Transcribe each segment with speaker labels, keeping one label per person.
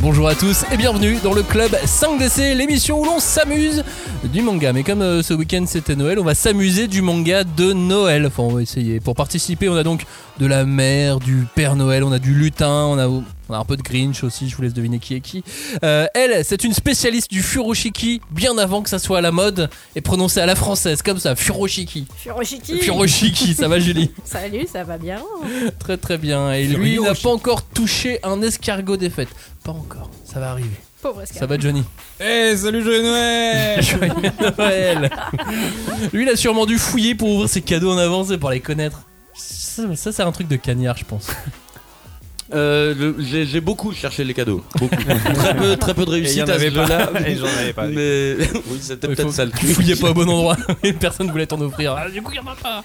Speaker 1: Bonjour à tous et bienvenue dans le club 5DC, l'émission où l'on s'amuse du manga. Mais comme euh, ce week-end c'était Noël, on va s'amuser du manga de Noël. Enfin, on va essayer. Pour participer, on a donc de la mer, du Père Noël, on a du lutin, on a, on a un peu de Grinch aussi. Je vous laisse deviner qui est qui. Euh, elle, c'est une spécialiste du furoshiki, bien avant que ça soit à la mode et prononcé à la française, comme ça, furoshiki.
Speaker 2: Furoshiki
Speaker 1: Furoshiki, ça va Julie
Speaker 2: Salut, ça va bien
Speaker 1: Très très bien. Et lui, il n'a pas encore touché un escargot des fêtes. Pas encore. Ça va arriver.
Speaker 2: Pauvre Escar.
Speaker 1: Ça va Johnny
Speaker 3: Hey, salut Joyeux Noël
Speaker 1: Joyeux Noël Lui, il a sûrement dû fouiller pour ouvrir ses cadeaux en avance et pour les connaître. Ça, ça, c'est un truc de cagnard, je pense.
Speaker 4: Euh, le- J'ai j'ai beaucoup cherché les cadeaux. Beaucoup. très, peu, très peu de
Speaker 3: Et il y en
Speaker 4: réussite à
Speaker 3: avait
Speaker 4: ce
Speaker 3: pas.
Speaker 4: jeu-là.
Speaker 3: Et j'en avais pas.
Speaker 4: Mais oui, c'était
Speaker 1: Il faut-
Speaker 4: peut-être ça le
Speaker 1: Tu
Speaker 4: truc.
Speaker 1: fouillais pas au bon endroit et personne voulait t'en offrir. Ah, du coup, il y en a pas.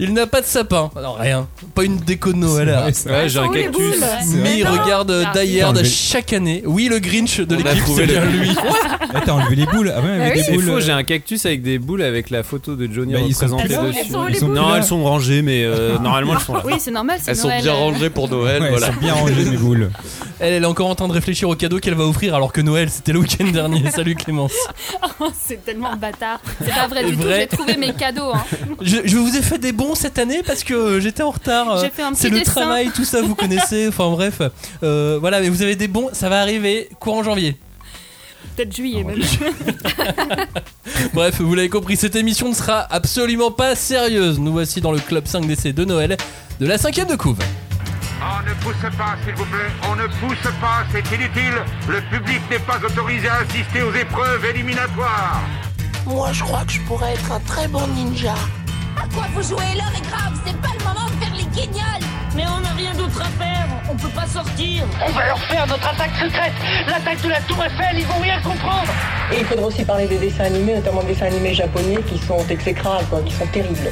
Speaker 1: Il n'a pas de sapin. Non, rien. Pas une déco de Noël. alors.
Speaker 3: Ouais,
Speaker 5: Ah,
Speaker 3: j'ai un
Speaker 2: Où les
Speaker 3: cactus.
Speaker 2: boules
Speaker 1: Mais il
Speaker 2: non.
Speaker 1: regarde
Speaker 2: Ah,
Speaker 1: Dayard
Speaker 6: putain, je vais-
Speaker 1: chaque année. Oui, le Grinch de
Speaker 4: On a
Speaker 1: l'équipe, c'est
Speaker 4: trouvé le-
Speaker 1: bien lui.
Speaker 6: Ah, t'as enlevé les boules. Ah ouais,
Speaker 2: Bah
Speaker 6: avec
Speaker 2: oui.
Speaker 6: des
Speaker 3: C'est
Speaker 6: boules.
Speaker 3: faux, j'ai un cactus avec des boules avec la photo de Johnny
Speaker 6: Bah, ils sont
Speaker 3: représentée
Speaker 6: plus là.
Speaker 3: dessus.
Speaker 2: Elles sont où, les
Speaker 6: plus
Speaker 3: non,
Speaker 6: là.
Speaker 3: elles sont rangées, mais euh, normalement elles sont là.
Speaker 5: Oui, c'est normal, c'est
Speaker 4: Elles sont
Speaker 5: Noël,
Speaker 4: bien
Speaker 5: euh,
Speaker 4: rangées pour Noël.
Speaker 6: Ouais,
Speaker 4: voilà.
Speaker 6: elles sont bien rangées mes boules.
Speaker 1: Elle, elle est encore en train de réfléchir au cadeau qu'elle va offrir alors que Noël c'était le week-end dernier. Salut Clémence.
Speaker 5: C'est tellement bâtard. C'est pas vrai
Speaker 1: C'est
Speaker 5: du tout.
Speaker 1: vrai.
Speaker 5: J'ai trouvé mes cadeaux. hein.
Speaker 1: Je, je vous ai fait des bons cette année parce que euh, j'étais en retard. euh,
Speaker 5: J'ai fait un
Speaker 1: C'est
Speaker 5: petit
Speaker 1: le
Speaker 5: dessin.
Speaker 1: travail, tout ça, vous connaissez. Enfin bref, Euh, voilà. Mais vous avez des bons, ça va arriver courant janvier.
Speaker 2: Peut-être
Speaker 5: Ah,
Speaker 2: juillet même.
Speaker 1: Bref, vous l'avez compris, cette émission ne sera absolument pas sérieuse. Nous voici dans le club 5DC de Noël de la cinquième de couve.
Speaker 7: On Oh, ne pousse pas, s'il vous plaît. On ne pousse pas, c'est inutile. Le public n'est pas autorisé à assister aux épreuves éliminatoires.
Speaker 8: Moi, je crois que je pourrais être un très bon ninja.
Speaker 9: À quoi vous jouez L'heure est grave, c'est pas le moment de faire les guignols
Speaker 8: Mais on n'a rien d'autre à faire, on peut pas
Speaker 5: Euh,
Speaker 8: sortir. On va leur faire notre attaque secrète, l'attaque de la Tour Eiffel, ils vont rien comprendre.
Speaker 10: Et il faudra aussi parler des dessins animés, notamment des dessins animés japonais qui sont exécrables, quoi, qui sont terribles.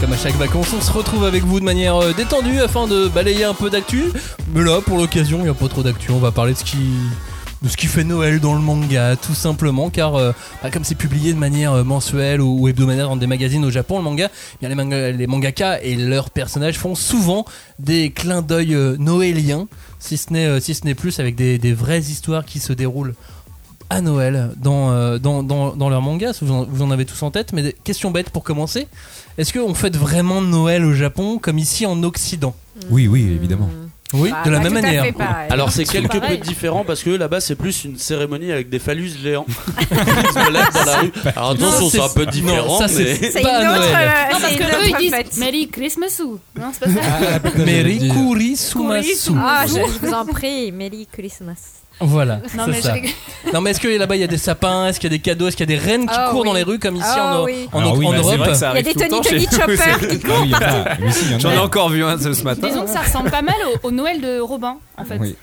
Speaker 1: Comme à chaque vacances, on se retrouve avec vous de manière euh, détendue afin de balayer un peu d'actu. Mais là, pour l'occasion, il n'y a pas trop d'actu. On va parler de ce qui de ce qui fait Noël dans le manga, tout simplement, car euh, bah, comme c'est publié de manière euh, mensuelle ou, ou hebdomadaire dans des magazines au Japon, le manga, eh bien, les, manga- les mangaka et leurs personnages font souvent des clins d'œil euh, noéliens, si ce n'est euh, si ce n'est plus avec des, des vraies histoires qui se déroulent à Noël dans, euh, dans, dans, dans leur manga. Vous en, vous en avez tous en tête, mais des- question bête pour commencer. Est-ce qu'on fête vraiment Noël au Japon comme ici en Occident
Speaker 6: Oui, oui, évidemment.
Speaker 1: Oui,
Speaker 2: Bah,
Speaker 1: de la même manière.
Speaker 4: Alors c'est
Speaker 2: C'est
Speaker 4: quelque peu
Speaker 2: pareil.
Speaker 4: différent parce que là-bas c'est plus une cérémonie avec des phallus géants. Ils se lèvent dans la rue. Alors attention,
Speaker 1: Non,
Speaker 4: c'est Bah,
Speaker 1: c'est-
Speaker 4: un peu différent,
Speaker 1: non, ça, c'est-
Speaker 4: mais
Speaker 2: C'est une
Speaker 1: Pas à
Speaker 2: autre,
Speaker 1: Noël.
Speaker 2: euh,
Speaker 5: Non, parce
Speaker 2: c'est une
Speaker 5: que eux
Speaker 2: autre
Speaker 5: ils
Speaker 2: fête.
Speaker 5: disent Merry Christmas ou Non, c'est pas ça.
Speaker 1: Meri Kuri Sumasu.
Speaker 2: Ah, je, je vous en prie, Merry Christmas.
Speaker 1: Voilà,
Speaker 5: Non,
Speaker 1: c'est
Speaker 5: mais je
Speaker 1: ça.
Speaker 5: rigole.
Speaker 1: Non, mais est-ce que là-bas il y a des sapins Est-ce qu'il y a des cadeaux Est-ce qu'il y a des reines qui
Speaker 2: Ah,
Speaker 1: courent dans
Speaker 2: oui.
Speaker 1: les rues comme ici
Speaker 2: Ah,
Speaker 1: en,
Speaker 2: oui.
Speaker 1: en-
Speaker 6: Ah,
Speaker 1: en-
Speaker 6: oui,
Speaker 1: en
Speaker 6: bah,
Speaker 3: C'est
Speaker 6: c'est
Speaker 1: Europe
Speaker 3: vrai que ça arrive
Speaker 2: des
Speaker 3: tout le
Speaker 2: Tony
Speaker 3: temps chez
Speaker 2: Tony
Speaker 3: nous,
Speaker 2: Chopper
Speaker 3: c'est-
Speaker 6: Ah oui, il y en a. Mais si, il y en a.
Speaker 3: J'en ai encore vu un ce ce matin.
Speaker 5: Disons que ça ressemble pas mal au, au Noël de Robin en fait.
Speaker 6: Oui.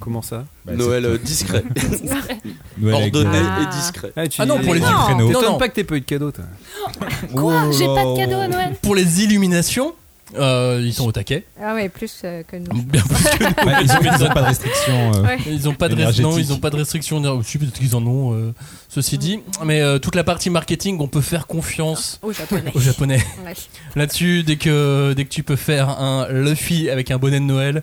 Speaker 3: Comment ça
Speaker 6: Bah,
Speaker 4: Noël euh, discret,
Speaker 6: c'est- Noël avec-
Speaker 4: ordonné
Speaker 2: Ah.
Speaker 4: et discret.
Speaker 3: ah, tu-
Speaker 1: Ah non, pour les
Speaker 6: Non.
Speaker 1: non,
Speaker 6: créneaux.
Speaker 1: non, non.
Speaker 3: T'étonnes pas que t'aies pas eu de cadeau, toi.
Speaker 6: Oh là
Speaker 5: Ah, J'ai pas
Speaker 6: là.
Speaker 5: de cadeau à Noël.
Speaker 1: Pour les illuminations, euh, ils sont au taquet.
Speaker 2: Ah ouais, plus euh, que nous.
Speaker 1: Bien plus que nous.
Speaker 6: Bah, ils ont- ils ont pas de restrictions. euh.
Speaker 1: Ils ont pas de
Speaker 6: Énergétique.
Speaker 1: non, ils ont pas de restrictions. Je sais peut-être qu'ils en ont. euh,
Speaker 2: Mm.
Speaker 1: ceci dit, mais euh, toute la partie marketing, on peut faire confiance
Speaker 2: Au japonais.
Speaker 1: aux Japonais.
Speaker 2: Ouais.
Speaker 1: Là-dessus, dès que dès que tu peux faire un Luffy avec un bonnet de Noël,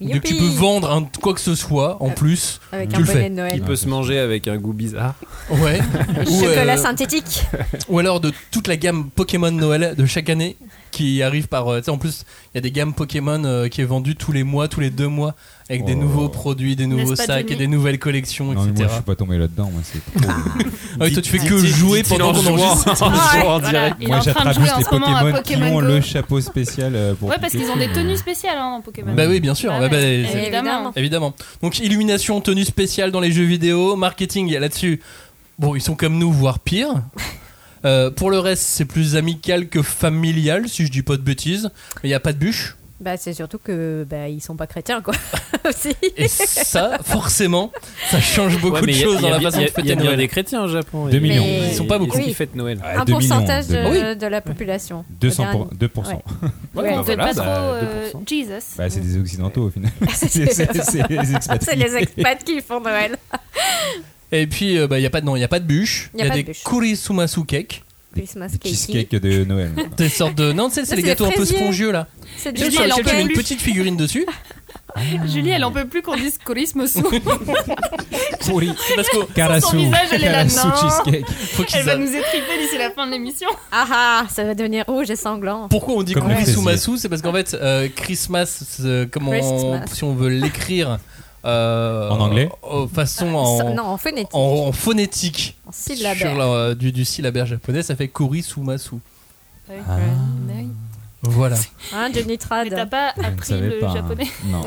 Speaker 1: dès que tu
Speaker 2: Youpi.
Speaker 1: peux vendre un, quoi que ce soit en
Speaker 2: Euh,
Speaker 1: plus,
Speaker 2: Avec
Speaker 1: tu
Speaker 2: un
Speaker 1: le
Speaker 2: bonnet
Speaker 1: fais.
Speaker 2: de
Speaker 3: Il
Speaker 2: Noël.
Speaker 3: peut se manger avec un goût bizarre.
Speaker 1: ouais. ou,
Speaker 2: Chocolat
Speaker 1: euh,
Speaker 2: synthétique.
Speaker 1: ou alors de toute la gamme Pokémon Noël de chaque année qui arrive par. euh, tu sais, en plus, il y a des gammes Pokémon euh, qui est vendue tous les mois, tous les deux mois, avec des
Speaker 6: Oh.
Speaker 1: nouveaux produits, des nouveaux
Speaker 5: pas,
Speaker 1: sacs et
Speaker 5: Johnny
Speaker 1: des nouvelles collections,
Speaker 6: Non, mais moi,
Speaker 1: etc.
Speaker 6: je suis pas tombé là-dedans. Moi, c'est
Speaker 1: Ah oui, toi, tu fais que
Speaker 3: Dit-
Speaker 1: jouer
Speaker 3: dit-il
Speaker 1: pendant
Speaker 3: en
Speaker 1: qu'on
Speaker 3: jouant.
Speaker 1: enregistre.
Speaker 3: En jouant en
Speaker 5: Ah, Voilà,
Speaker 3: direct.
Speaker 5: Il est
Speaker 6: Moi,
Speaker 5: en train de
Speaker 6: j'attrape
Speaker 5: jouer
Speaker 6: juste
Speaker 5: en
Speaker 6: les
Speaker 5: ce moment
Speaker 6: Pokémon
Speaker 5: à
Speaker 6: qui
Speaker 5: Pokémon
Speaker 6: ont
Speaker 5: Go.
Speaker 6: le chapeau spécial. euh, pour
Speaker 5: Ouais, parce
Speaker 6: piquer.
Speaker 5: qu'ils ont des tenues spéciales hein, en Pokémon.
Speaker 1: Bah oui, bien sûr.
Speaker 5: Ah
Speaker 1: bah, bah,
Speaker 2: Eh
Speaker 5: ouais.
Speaker 1: c'est-
Speaker 5: Évidemment.
Speaker 1: Évidemment. Donc illumination, tenue spéciale dans les jeux vidéo, marketing là-dessus. Bon, ils sont comme nous, voire pire. Euh, pour le reste, c'est plus amical que familial, si je dis pas de bêtises. Mais il n'y a pas de bûche.
Speaker 2: Bah, c'est surtout que bah, ils sont pas chrétiens, quoi. Aussi.
Speaker 1: Et ça, forcément, ça change beaucoup
Speaker 3: Ouais,
Speaker 1: de
Speaker 3: mais il y a-
Speaker 1: choses dans la
Speaker 3: il y a-
Speaker 1: façon de
Speaker 3: il y a- Il y a
Speaker 1: fêter
Speaker 3: bien des
Speaker 1: Noël.
Speaker 3: chrétiens au Japon.
Speaker 6: Deux
Speaker 3: Et-
Speaker 6: millions.
Speaker 3: et-
Speaker 2: Ils
Speaker 1: sont pas
Speaker 3: et-
Speaker 1: beaucoup.
Speaker 3: et qui
Speaker 2: Oui.
Speaker 3: fêtent Noël.
Speaker 6: Ah,
Speaker 2: Un
Speaker 6: 2 millions,
Speaker 2: pourcentage
Speaker 6: deux-
Speaker 2: de,
Speaker 1: Oui.
Speaker 2: de la population.
Speaker 6: 200 pour-
Speaker 2: Regarde.
Speaker 6: 2%.
Speaker 2: Ouais.
Speaker 3: Ouais,
Speaker 2: Ouais.
Speaker 3: bah
Speaker 5: On fait
Speaker 3: voilà,
Speaker 5: pas trop
Speaker 3: bah,
Speaker 5: euh,
Speaker 3: 2%.
Speaker 5: Jesus.
Speaker 6: Bah, c'est des occidentaux au final.
Speaker 2: C'est-
Speaker 6: c'est les
Speaker 2: C'est
Speaker 6: expatriés.
Speaker 2: les expats qui font Noël.
Speaker 1: Et puis, euh, bah, il n'y a pas de non, il y a pas de bûche.
Speaker 2: Il y a pas
Speaker 1: des
Speaker 2: de bûche.
Speaker 1: kurisumasu cake.
Speaker 2: Christmas cake.
Speaker 6: Cheesecake de Noël.
Speaker 1: Des sortes de. Non, tu sais,
Speaker 2: Ça,
Speaker 1: c'est les
Speaker 2: c'est
Speaker 1: gâteaux un peu
Speaker 2: fraisier.
Speaker 1: spongieux là.
Speaker 2: C'est
Speaker 1: Tu sais,
Speaker 5: Julie,
Speaker 1: sur
Speaker 5: elle en
Speaker 1: lequel tu mets
Speaker 5: peut
Speaker 1: une
Speaker 5: plus.
Speaker 1: petite figurine dessus.
Speaker 5: Julie, elle en peut plus qu'on dise Christmas sous.
Speaker 6: Pourri.
Speaker 1: Parce que
Speaker 6: Carassou.
Speaker 5: visage, elle est là,
Speaker 6: Carassou
Speaker 5: non.
Speaker 6: cheesecake.
Speaker 1: faut qu'ils
Speaker 5: Elle va
Speaker 1: savent.
Speaker 5: nous étriper d'ici la fin de l'émission.
Speaker 2: Ah ah, ça va devenir rouge et sanglant.
Speaker 1: Pourquoi on dit
Speaker 6: Comme le
Speaker 1: Kubisu
Speaker 6: fraisier.
Speaker 1: Masu C'est parce qu'en fait, euh, Christmas, euh, comment
Speaker 2: Christmas.
Speaker 1: si on veut l'écrire euh,
Speaker 6: En anglais
Speaker 1: euh, façon
Speaker 2: Ça-
Speaker 1: en,
Speaker 2: non, en phonétique,
Speaker 1: en, en phonétique
Speaker 2: en
Speaker 1: sur
Speaker 2: syllabaire.
Speaker 1: la- euh, du, du syllabaire japonais, ça fait Kurisu Masu.
Speaker 6: Ah.
Speaker 5: Mais
Speaker 1: Voilà.
Speaker 2: Hein, Johnny
Speaker 5: t'as
Speaker 2: Trad
Speaker 5: pas
Speaker 6: Je ne
Speaker 5: appris
Speaker 6: savais
Speaker 5: le
Speaker 6: pas.
Speaker 5: japonais.
Speaker 6: Non.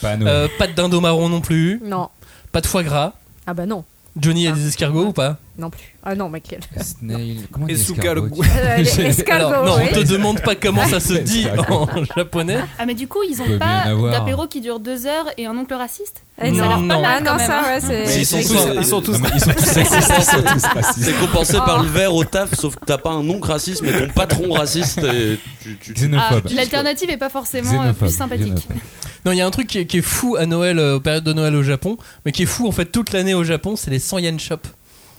Speaker 6: Pas à Noël.
Speaker 1: Euh, pas de dindon marron non plus,
Speaker 2: Non.
Speaker 1: pas de foie gras.
Speaker 2: Ah bah non,
Speaker 1: Johnny a des escargots ou pas
Speaker 2: non plus. Ah non, Michael.
Speaker 6: Snail. Comment on dit
Speaker 3: Esuka le
Speaker 6: escargot
Speaker 3: goût.
Speaker 2: Euh, les escargots,
Speaker 1: Alors, non,
Speaker 2: oui.
Speaker 1: on te demande pas comment ça se dit en japonais.
Speaker 5: Ah, mais du coup, ils
Speaker 6: Ça peut
Speaker 5: ont pas
Speaker 6: bien avoir.
Speaker 5: d'apéro qui dure deux heures et un oncle raciste
Speaker 2: Eh
Speaker 1: Non,
Speaker 2: non,
Speaker 1: non.
Speaker 2: Ah
Speaker 5: Quand
Speaker 2: non,
Speaker 5: même,
Speaker 2: ça,
Speaker 5: hein.
Speaker 2: ouais, c'est.
Speaker 4: Mais ils sont
Speaker 2: c'est-
Speaker 4: tous-
Speaker 2: c'est-
Speaker 4: ils sont
Speaker 6: Non, mais Ils sont tous sexistes, ils sont tous racistes.
Speaker 4: C'est compensé par le verre au taf, sauf que t'as pas un oncle raciste, mais ton patron raciste. Et tu, tu- tu-
Speaker 5: Ah,
Speaker 6: Xénophobe.
Speaker 5: L'alternative est pas forcément euh,
Speaker 6: Xénophobe.
Speaker 5: plus sympathique.
Speaker 6: Xénophobe.
Speaker 1: Non, il y a un truc qui est, qui est fou à Noël, euh, aux périodes de Noël au Japon, mais qui est fou en fait toute l'année au Japon, c'est les 100 yen shop.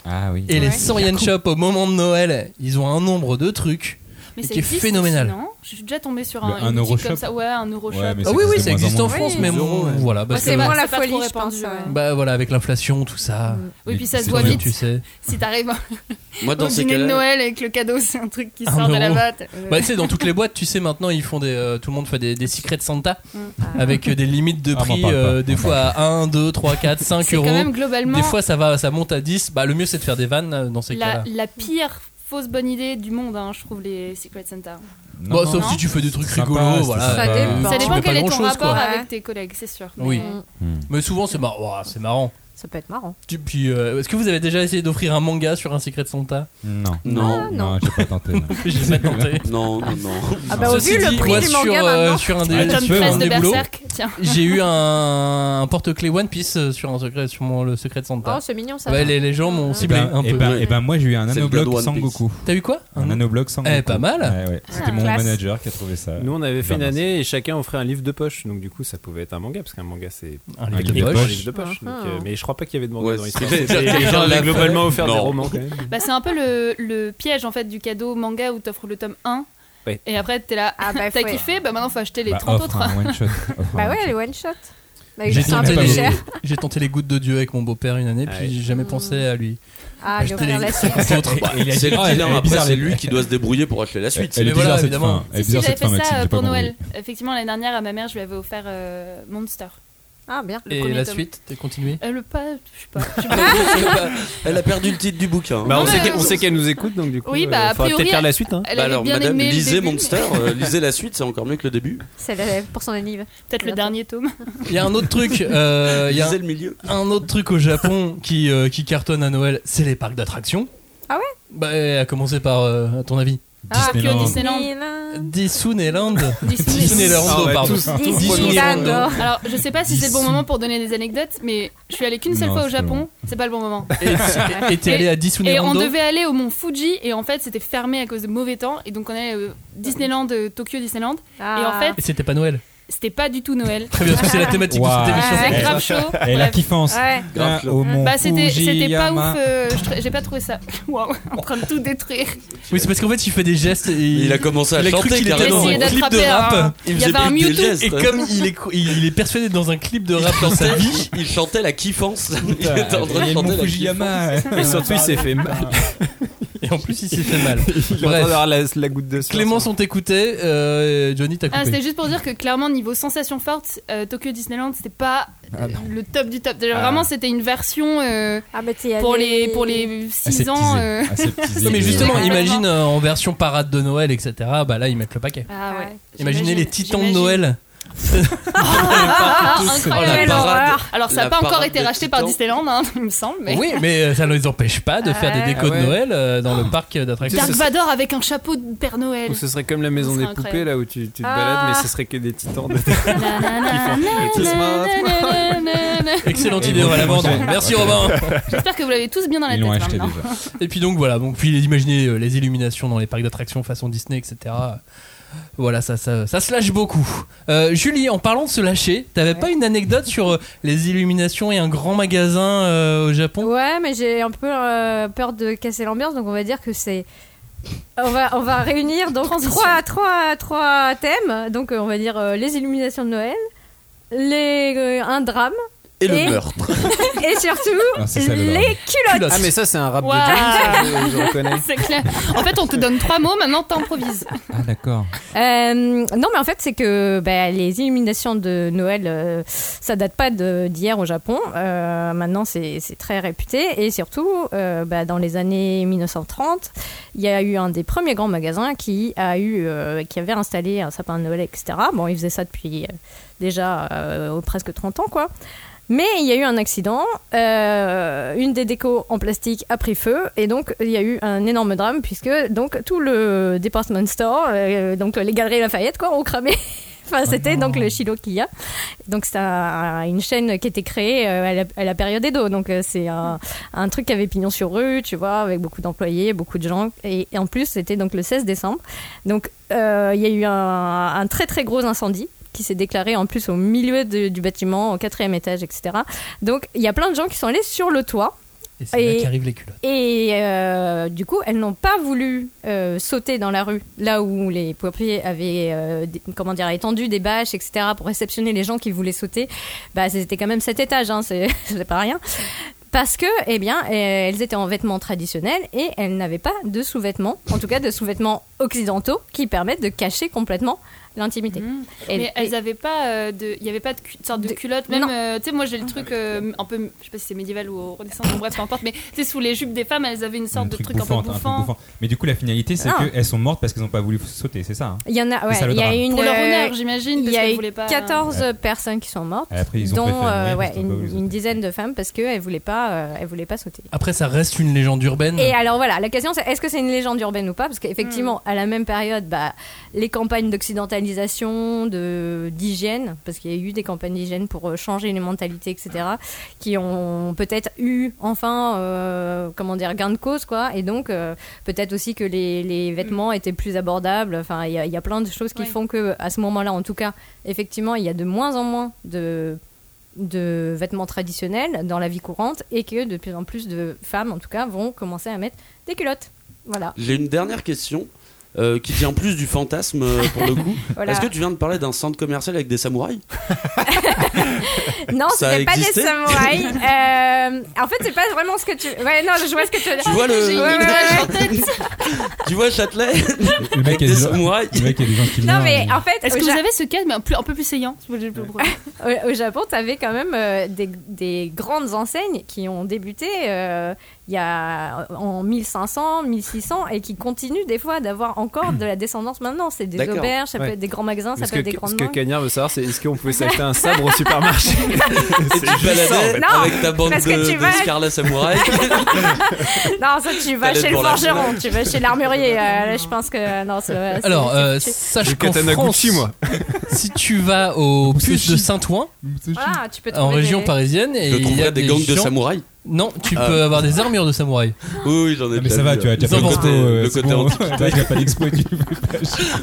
Speaker 6: Ah oui.
Speaker 1: Et les
Speaker 5: Ouais.
Speaker 1: 100 yen shop au moment de Noël, ils ont un nombre de trucs.
Speaker 5: Mais
Speaker 1: Et
Speaker 5: ça
Speaker 1: qui est
Speaker 5: existe
Speaker 1: phénoménal.
Speaker 5: aussi, non Je suis déjà tombée sur
Speaker 6: Le
Speaker 5: un,
Speaker 6: un
Speaker 5: une boutique
Speaker 6: Euroshop.
Speaker 5: comme ça. Ouais, un euro shop.
Speaker 6: Ouais, mais
Speaker 1: Ah oui,
Speaker 6: existe
Speaker 1: oui,
Speaker 6: de
Speaker 1: ça
Speaker 6: moins en
Speaker 1: existe en
Speaker 6: moins.
Speaker 1: France,
Speaker 2: Oui.
Speaker 1: mais
Speaker 3: Zéro,
Speaker 1: bon,
Speaker 3: ouais.
Speaker 1: voilà. Parce
Speaker 5: c'est
Speaker 1: que,
Speaker 2: moins la
Speaker 5: c'est pas trop
Speaker 2: folie, je pense.
Speaker 5: répandu, ouais.
Speaker 2: ouais.
Speaker 1: bah voilà, avec l'inflation, tout ça.
Speaker 5: Oui, puis ça se
Speaker 6: C'est
Speaker 5: voit
Speaker 6: vrai.
Speaker 1: Comme
Speaker 5: vite.
Speaker 1: Tu sais.
Speaker 5: Si t'arrives
Speaker 4: Moi,
Speaker 5: au
Speaker 4: dans ces
Speaker 5: dîner de
Speaker 4: cas-là.
Speaker 5: Noël et que le cadeau c'est un truc qui
Speaker 1: Un
Speaker 5: sort de la
Speaker 1: euro.
Speaker 5: boîte.
Speaker 1: Bah, tu sais, dans toutes les boîtes, tu sais, maintenant, ils font des. euh, tout le monde fait des, des secrets de Santa
Speaker 5: Mm.
Speaker 2: Ah.
Speaker 1: avec euh, des limites de
Speaker 6: Ah, m'en
Speaker 1: prix,
Speaker 6: parle pas,
Speaker 1: euh,
Speaker 6: m'en
Speaker 1: des
Speaker 6: parle
Speaker 1: fois à 1, 2, 3, 4, 5
Speaker 5: C'est quand
Speaker 1: euros.
Speaker 5: même globalement
Speaker 1: Des fois, ça, va, ça monte à 10. Bah, le mieux, c'est de faire des vannes euh, dans ces
Speaker 5: la,
Speaker 1: cas-là.
Speaker 5: la pire fausse bonne idée du monde, hein, je trouve, les Secret Santa.
Speaker 6: Non,
Speaker 1: Bon,
Speaker 6: non,
Speaker 1: Bah, sauf
Speaker 5: non.
Speaker 1: si tu fais des trucs
Speaker 6: Sympa,
Speaker 1: rigolos,
Speaker 6: c'est
Speaker 1: voilà.
Speaker 6: sympa. Ça
Speaker 1: euh,
Speaker 6: dépend.
Speaker 1: tu
Speaker 5: Ça
Speaker 1: fais
Speaker 5: dépend
Speaker 1: pas
Speaker 5: quel est ton
Speaker 1: grand-chose,
Speaker 5: rapport
Speaker 1: quoi.
Speaker 5: avec tes collègues, c'est sûr. mais-
Speaker 1: Oui.
Speaker 2: Mm.
Speaker 1: Mais souvent, c'est marrant. Ouah, c'est marrant.
Speaker 2: Ça peut être marrant.
Speaker 1: Tu- Puis, euh, est-ce que vous avez déjà essayé d'offrir un manga sur un secret de Santa
Speaker 6: Non.
Speaker 4: Non,
Speaker 6: Non, j'ai pas tenté. non.
Speaker 1: J'ai pas tenté.
Speaker 4: non, non, non.
Speaker 2: Ah bah, au
Speaker 1: Ceci
Speaker 2: vu le
Speaker 1: dit,
Speaker 2: prix
Speaker 1: moi,
Speaker 2: du
Speaker 1: sur,
Speaker 2: manga
Speaker 1: euh,
Speaker 2: maintenant.
Speaker 1: sur un des,
Speaker 6: Ah,
Speaker 1: sur
Speaker 5: Tom
Speaker 6: tu veux,
Speaker 1: un
Speaker 5: Press
Speaker 6: hein.
Speaker 1: des
Speaker 5: de
Speaker 1: boulots,
Speaker 5: Berserk, tiens.
Speaker 1: j'ai eu un, un porte-clé One Piece euh, sur un secret, sur mon- le secret de Santa.
Speaker 2: Oh, c'est mignon ça.
Speaker 1: Bah. ouais, les, les gens m'ont
Speaker 6: Eh
Speaker 1: ciblé
Speaker 6: ben,
Speaker 1: un
Speaker 6: eh
Speaker 1: peu.
Speaker 6: ben, eh ben, moi j'ai eu un
Speaker 4: C'est le God
Speaker 6: anobloc
Speaker 4: One
Speaker 6: sans
Speaker 4: Piece.
Speaker 6: Goku.
Speaker 1: T'as eu quoi
Speaker 6: Un anobloc sans
Speaker 1: Eh,
Speaker 6: Goku.
Speaker 1: pas mal.
Speaker 6: Ouais, ouais. C'était mon
Speaker 2: classe.
Speaker 6: manager qui a trouvé ça.
Speaker 3: Nous, on avait fait une
Speaker 6: Bah,
Speaker 3: année et chacun offrait un livre de poche. Donc, du coup, ça pouvait être un manga, parce qu'un manga, c'est
Speaker 1: Un
Speaker 6: livre
Speaker 1: livre de
Speaker 6: de
Speaker 3: un
Speaker 1: poche.
Speaker 3: livre de poche.
Speaker 2: Ah,
Speaker 3: donc,
Speaker 2: ah.
Speaker 3: euh, mais je crois pas qu'il y avait de manga
Speaker 4: Ouais,
Speaker 3: dans
Speaker 4: c'est-
Speaker 3: l'histoire.
Speaker 4: c'est-
Speaker 3: Les
Speaker 4: c'est-
Speaker 3: gens avaient globalement offert des
Speaker 4: Non.
Speaker 3: romans, quand même.
Speaker 5: Bah, c'est un peu le, le piège en fait du cadeau manga où t'offres le tome 1
Speaker 3: Ouais.
Speaker 5: et après t'es là,
Speaker 2: Ah bah,
Speaker 5: t'as
Speaker 2: faut-
Speaker 5: kiffé, bah maintenant faut acheter les
Speaker 6: Bah,
Speaker 5: 30
Speaker 6: offre
Speaker 5: autres.
Speaker 6: un one shot.
Speaker 2: Bah ouais, les one shot. Bah,
Speaker 1: J'ai
Speaker 2: c'est un
Speaker 1: tenté,
Speaker 2: peu plus
Speaker 1: les-
Speaker 2: cher.
Speaker 1: j'ai tenté les gouttes de Dieu avec mon beau-père une année,
Speaker 3: Ah
Speaker 1: puis
Speaker 3: oui.
Speaker 1: j'ai jamais pensé à lui.
Speaker 2: Ah, lui
Speaker 1: Acheter les-
Speaker 2: offrir la suite.
Speaker 1: aux autres.
Speaker 6: Et il a
Speaker 4: Bah, C'est
Speaker 6: dit,
Speaker 4: le
Speaker 6: ah, elle-
Speaker 4: dealer,
Speaker 6: elle est
Speaker 4: après,
Speaker 6: bizarre,
Speaker 4: c'est
Speaker 6: elle-
Speaker 4: lui qui doit se débrouiller pour acheter la suite.
Speaker 6: Elle
Speaker 1: Mais
Speaker 6: est
Speaker 1: voilà,
Speaker 6: bizarre cette
Speaker 1: évidemment.
Speaker 6: fin. Elle
Speaker 5: Si,
Speaker 6: est
Speaker 5: si,
Speaker 6: bizarre
Speaker 5: j'avais
Speaker 6: cette
Speaker 5: fait
Speaker 6: fin, Maxime,
Speaker 5: ça euh,
Speaker 6: j'ai pas
Speaker 5: pour
Speaker 6: compris.
Speaker 5: Noël. Effectivement, l'année dernière à ma mère, je lui avais offert euh, Monster.
Speaker 2: Ah, bien.
Speaker 5: Le
Speaker 1: Et
Speaker 5: premier
Speaker 1: la
Speaker 5: tome.
Speaker 1: suite, t'es continué
Speaker 5: Euh, le pas, je sais pas.
Speaker 4: Elle a perdu le titre du bouquin. hein.
Speaker 3: Bah, on,
Speaker 5: Non,
Speaker 3: sait
Speaker 5: mais-
Speaker 3: qu'elle- on sait qu'elle nous écoute, donc du coup,
Speaker 5: Oui,
Speaker 3: euh,
Speaker 5: bah, a
Speaker 3: faudra
Speaker 5: priori,
Speaker 3: peut-être faire la suite. hein.
Speaker 5: Elle
Speaker 4: Bah
Speaker 5: avait
Speaker 4: alors,
Speaker 5: bien
Speaker 4: madame,
Speaker 5: aimé le
Speaker 4: lisez
Speaker 5: début, mais
Speaker 4: Monster, euh, lisez la suite, c'est encore mieux que le début.
Speaker 2: C'est la- pour son anniversaire.
Speaker 5: Peut-être le dernier tome.
Speaker 1: Il y a un autre truc. euh, Il y a
Speaker 4: lisez le milieu.
Speaker 1: un autre truc au Japon qui, euh, qui cartonne à Noël, c'est les parcs d'attractions.
Speaker 2: Ah
Speaker 1: ouais Bah, à commencer par, euh, à ton avis
Speaker 2: Ah,
Speaker 5: que
Speaker 6: Disneyland.
Speaker 5: Disney- Disneyland.
Speaker 2: Disneyland.
Speaker 1: Disneyland
Speaker 5: Disney.
Speaker 1: Disneyland,
Speaker 3: Ah ouais,
Speaker 1: pardon.
Speaker 3: tous- tous
Speaker 2: Disneyland.
Speaker 5: Alors, je sais pas si c'est le bon moment pour donner des anecdotes, mais je suis allée qu'une seule
Speaker 6: Non,
Speaker 5: fois au
Speaker 6: c'est
Speaker 5: Japon,
Speaker 6: bon.
Speaker 5: c'est pas le bon moment.
Speaker 1: Et t'es allé à Disneyland
Speaker 5: Et on devait aller au mont Fuji, et en fait, c'était fermé à cause de mauvais temps, et donc on allait au Disneyland, euh, Tokyo Disneyland,
Speaker 2: Ah.
Speaker 5: Et en fait,
Speaker 1: Et c'était pas Noël.
Speaker 5: c'était pas du tout Noël.
Speaker 1: Très bien, parce que c'est la thématique de
Speaker 6: Waouh.
Speaker 1: cette émission.
Speaker 5: C'était
Speaker 6: Ouais.
Speaker 5: Ah. grave chaud.
Speaker 6: Et la
Speaker 5: Bref.
Speaker 6: kiffance.
Speaker 2: Ouais.
Speaker 6: Là,
Speaker 4: Grave.
Speaker 6: au mont
Speaker 5: Bah, c'était c'était pas
Speaker 6: Fujiyama.
Speaker 5: ouf, euh, je tr- j'ai pas trouvé ça. Waouh, en train de tout détruire.
Speaker 1: Oui, c'est parce qu'en fait, il fait des gestes et
Speaker 4: Il a commencé à
Speaker 1: il a cru
Speaker 4: chanter
Speaker 1: qu'il était
Speaker 4: carrément.
Speaker 1: dans
Speaker 5: J'ai
Speaker 1: un
Speaker 5: essayé
Speaker 1: clip de
Speaker 5: d'attraper un-
Speaker 1: rap.
Speaker 5: Il y avait un
Speaker 4: des
Speaker 5: Mewtwo.
Speaker 4: gestes.
Speaker 1: Et comme il est, il est persuadé dans un clip de rap dans sa vie,
Speaker 4: Il chantait la kiffance. Il
Speaker 6: Putain,
Speaker 4: était en train
Speaker 6: et
Speaker 4: de
Speaker 6: le
Speaker 4: chanter
Speaker 6: mont
Speaker 4: la kiffance.
Speaker 6: Fujiyama.
Speaker 3: Et surtout, il s'est fait mal.
Speaker 1: et en plus, il s'est fait mal.
Speaker 3: Il est en train
Speaker 1: Bref.
Speaker 3: d'avoir la, la goutte de sueur.
Speaker 1: Clémence, on t'écoutait, euh, Johnny t'a
Speaker 5: Ah,
Speaker 1: coupé.
Speaker 5: c'était juste pour dire que clairement, niveau sensation forte, euh, Tokyo Disneyland, c'était pas euh, le top du top. Déjà,
Speaker 6: Ah.
Speaker 5: Vraiment, c'était une version euh,
Speaker 2: Ah, bah, t'es
Speaker 5: pour,
Speaker 2: allé-
Speaker 5: les, pour les
Speaker 6: Aseptisé.
Speaker 5: 6 ans. euh.
Speaker 6: Aseptisé.
Speaker 1: Non, mais justement,
Speaker 5: Ouais.
Speaker 1: imagine euh, en version parade de Noël, etc. Bah là, ils mettent le paquet.
Speaker 5: Ah ouais.
Speaker 1: Imaginez
Speaker 5: J'imagine,
Speaker 1: les titans de
Speaker 5: j'imagine.
Speaker 1: Noël.
Speaker 5: Ah, ah,
Speaker 1: Oh, la
Speaker 5: incroyable.
Speaker 4: parade.
Speaker 5: Alors, ça
Speaker 4: La
Speaker 5: n'a pas encore
Speaker 4: parade
Speaker 5: été
Speaker 4: des
Speaker 5: racheté par
Speaker 4: titans.
Speaker 5: Disneyland, hein, il me semble. Mais...
Speaker 1: Oui, mais euh, ça ne les empêche pas de faire
Speaker 2: Ah
Speaker 1: des
Speaker 2: ouais.
Speaker 1: décos
Speaker 3: Ah ouais.
Speaker 1: de Noël euh, dans le parc euh, d'attractions.
Speaker 5: Dark Vador avec un chapeau de Père Noël.
Speaker 3: Ou ce serait comme la maison
Speaker 5: Ce
Speaker 3: des
Speaker 5: serait
Speaker 3: poupées,
Speaker 5: incroyable.
Speaker 3: là où tu, tu te
Speaker 2: Ah.
Speaker 3: balades, mais ce serait que des titans. De...
Speaker 5: Na, na, na, na, na, na, na.
Speaker 1: Excellente
Speaker 6: Et
Speaker 1: idée, on va la
Speaker 6: bon,
Speaker 1: vendre.
Speaker 6: bon,
Speaker 1: Merci
Speaker 6: bon.
Speaker 1: Robin.
Speaker 5: J'espère que vous l'avez tous bien dans la
Speaker 6: Ils
Speaker 5: tête
Speaker 6: l'ont acheté
Speaker 5: maintenant.
Speaker 6: déjà.
Speaker 1: Et puis donc voilà, donc puis imaginez euh, les illuminations dans les parcs d'attractions façon Disney, etc. Voilà, ça, ça, ça se lâche beaucoup. Euh, Julie, en parlant de se lâcher, t'avais pas une anecdote sur euh, les illuminations et un grand magasin euh, au Japon
Speaker 2: Ouais, mais j'ai un peu euh, peur de casser l'ambiance, donc on va dire que c'est. On va, on va réunir donc
Speaker 5: Transition.
Speaker 2: trois, trois, trois thèmes. Donc euh, on va dire euh, les illuminations de Noël, les, euh, un drame
Speaker 4: Et le
Speaker 2: Et-
Speaker 4: meurtre.
Speaker 2: et surtout
Speaker 6: Ah, c'est ça, le drame.
Speaker 2: les culottes.
Speaker 3: Ah, mais ça, c'est un rap
Speaker 5: Waouh.
Speaker 3: de Dreams, je reconnais.
Speaker 5: C'est clair. En fait, on te donne trois mots, maintenant t'improvises.
Speaker 6: Ah, d'accord.
Speaker 2: Euh, non, mais en fait, c'est que bah, les illuminations de Noël, euh, ça date pas de- d'hier au Japon. Euh, maintenant, c'est c'est très réputé. Et surtout, euh, bah, dans les années 1930, il y a eu un des premiers grands magasins qui, a eu, euh, qui avait installé un sapin de Noël, etc. Bon, ils faisaient ça depuis euh, déjà euh, presque 30 ans, quoi. Mais il y a eu un accident, euh, une des décos en plastique a pris feu et donc il y a eu un énorme drame puisque donc tout le department store, euh, donc les galeries Lafayette quoi, ont cramé. enfin c'était
Speaker 6: non.
Speaker 2: donc le Shiloh qu'il y a. Donc c'est un- une chaîne qui était créée euh, à la, à la période Edo, donc euh, c'est un, un truc qui avait pignon sur rue, tu vois, avec beaucoup d'employés, beaucoup de gens et, et en plus c'était donc le 16 décembre. Donc euh, il y a eu un, un très très gros incendie qui s'est déclaré en plus au milieu de- du bâtiment, au quatrième étage, etc. Donc il y a plein de gens qui sont allés sur le toit
Speaker 1: Et c'est là
Speaker 2: Et-
Speaker 1: qu'arrivent les culottes.
Speaker 2: et euh, du coup elles n'ont pas voulu euh, sauter dans la rue, là où les pompiers avaient euh, des- comment dire, étendu des bâches, etc. pour réceptionner les gens qui voulaient sauter. Bah c'était quand même sept étages, hein, c'est c'est pas rien. Parce que, eh bien, euh, elles étaient en vêtements traditionnels et elles n'avaient pas de sous-vêtements, en tout cas de sous-vêtements occidentaux qui permettent de cacher complètement l'intimité. Et-
Speaker 5: Mmh. Mm. Mais elles avaient pas euh, de, il y avait pas de cu- sorte de,
Speaker 2: De-
Speaker 5: culotte. Même,
Speaker 2: Non.
Speaker 5: euh, tu sais, moi j'ai le truc euh, un peu, je sais pas si c'est médiéval ou renaissance, bon, bref, peu importe. Mais tu sais, sous les jupes des femmes, elles avaient une sorte
Speaker 6: Un
Speaker 5: de
Speaker 6: truc
Speaker 5: truc,
Speaker 6: bouffant,
Speaker 5: un peu
Speaker 6: un truc
Speaker 5: bouffant.
Speaker 6: bouffant. Mais du coup, la finalité, c'est
Speaker 2: Ah.
Speaker 6: qu'elles sont mortes parce qu'elles n'ont pas voulu sauter, c'est ça hein
Speaker 2: Il y en a, ouais,
Speaker 6: ça, le
Speaker 2: il y a
Speaker 6: drame.
Speaker 2: une
Speaker 5: Pour leur
Speaker 2: euh,
Speaker 5: honneur, j'imagine,
Speaker 2: Il
Speaker 5: parce
Speaker 2: y a
Speaker 5: qu'elles
Speaker 2: eu
Speaker 5: voulaient pas.
Speaker 2: 14 personnes qui sont mortes,
Speaker 6: Après, ils ont
Speaker 2: dont
Speaker 6: préféré
Speaker 2: euh,
Speaker 6: mourir
Speaker 2: ouais,
Speaker 6: parce qu'ils ont pas voulu
Speaker 2: une,
Speaker 6: sauter.
Speaker 2: une dizaine de femmes parce qu'elles ne voulaient, pas, euh, elles voulaient pas
Speaker 6: Mmh.
Speaker 2: sauter.
Speaker 1: Après, ça reste une légende urbaine.
Speaker 2: Et alors voilà, la question c'est est-ce que c'est une légende urbaine ou pas Parce qu'effectivement, à la même période, bah, les campagnes d'occidentalisation, de- d'hygiène, parce qu'il y a eu des campagnes d'hygiène pour euh, changer les mentalités, etc., qui ont peut-être eu enfin, euh, comment dire, gain de cause, quoi. Et donc, euh, peut-être aussi que les, les vêtements étaient plus abordables. Enfin, il y, a- il y a plein de choses qui
Speaker 5: Ouais.
Speaker 2: font que, à ce moment-là, en tout cas, effectivement, il y a de moins en moins de de vêtements traditionnels dans la vie courante et que de plus en plus de femmes, en tout cas, vont commencer à mettre des culottes. Voilà.
Speaker 4: J'ai une dernière question euh, qui vient plus du fantasme euh, pour le coup.
Speaker 2: voilà.
Speaker 4: Est-ce que tu viens de parler d'un centre commercial avec des samouraïs
Speaker 2: Non,
Speaker 4: ça a
Speaker 2: c'était pas des
Speaker 4: existé
Speaker 2: samouraïs. Euh, en fait, c'est pas vraiment ce que tu. Ouais, non, je vois ce que tu veux dire.
Speaker 4: Tu vois
Speaker 5: J'ai une
Speaker 4: le,
Speaker 2: Ouais, ouais,
Speaker 5: image en tête.
Speaker 4: tu vois Châtelet
Speaker 6: Le mec,
Speaker 4: avec
Speaker 6: il y
Speaker 4: des
Speaker 6: a des gens-
Speaker 4: samouraïs.
Speaker 6: le mec, il y a des gens qui
Speaker 2: Non,
Speaker 6: meurent,
Speaker 2: mais
Speaker 6: et-
Speaker 2: en fait,
Speaker 5: Est-ce
Speaker 2: au,
Speaker 5: que vous
Speaker 2: Ja-
Speaker 5: avez ce cadre, mais un, plus- un peu plus saillant si vous voulez, je peux le prendre.
Speaker 2: au- au Japon, t'avais quand même euh, des, des grandes enseignes qui ont débuté euh, il y a en 1500, 1600 et qui continuent des fois d'avoir encore de la descendance maintenant. C'est des
Speaker 4: D'accord.
Speaker 2: auberges, ça peut
Speaker 3: Ouais.
Speaker 2: être des grands magasins,
Speaker 3: Mais
Speaker 2: ça
Speaker 3: ce
Speaker 2: peut être
Speaker 3: que,
Speaker 2: des
Speaker 3: ce
Speaker 2: grandes
Speaker 3: que
Speaker 2: marques.
Speaker 3: Cagnard veut savoir, c'est est-ce qu'on pouvait s'acheter un sabre au supermarché
Speaker 4: Et tu baladais
Speaker 3: ça, en fait.
Speaker 4: avec ta bande de,
Speaker 2: Parce que tu
Speaker 4: de
Speaker 2: vas-
Speaker 4: Scarlet Samouraï.
Speaker 2: Non, ça, tu vas
Speaker 4: T'allais
Speaker 2: chez le
Speaker 4: pour la-
Speaker 2: forgeron, tu vas chez l'armurier. euh, là, je pense que. Non, c'est- c'est-
Speaker 1: Alors,
Speaker 2: c'est-
Speaker 1: euh,
Speaker 2: c'est-
Speaker 1: sache
Speaker 3: Du
Speaker 1: qu'en
Speaker 3: katana
Speaker 1: France,
Speaker 3: Gucci, moi.
Speaker 1: si tu vas au puce de Saint-Ouen,
Speaker 2: Voilà, tu peux
Speaker 1: en
Speaker 2: trouver
Speaker 1: région
Speaker 2: des-
Speaker 1: parisienne, et
Speaker 4: Je
Speaker 1: il y
Speaker 4: trouverais
Speaker 1: a
Speaker 4: des gangs de
Speaker 1: gens-
Speaker 4: samouraïs.
Speaker 1: Non, tu
Speaker 4: Ah.
Speaker 1: peux avoir des armures de samouraï.
Speaker 4: Oui, oui, j'en ai
Speaker 6: Ah, mais
Speaker 4: déjà
Speaker 6: ça va,
Speaker 4: vu,
Speaker 6: tu
Speaker 4: euh,
Speaker 6: as déjà fait
Speaker 1: Ils ont
Speaker 6: le
Speaker 4: côté-
Speaker 6: côté, euh,
Speaker 4: le
Speaker 6: c'est
Speaker 4: côté
Speaker 6: bon.
Speaker 4: antique.
Speaker 6: Là, il n'y a pas d'expo et tu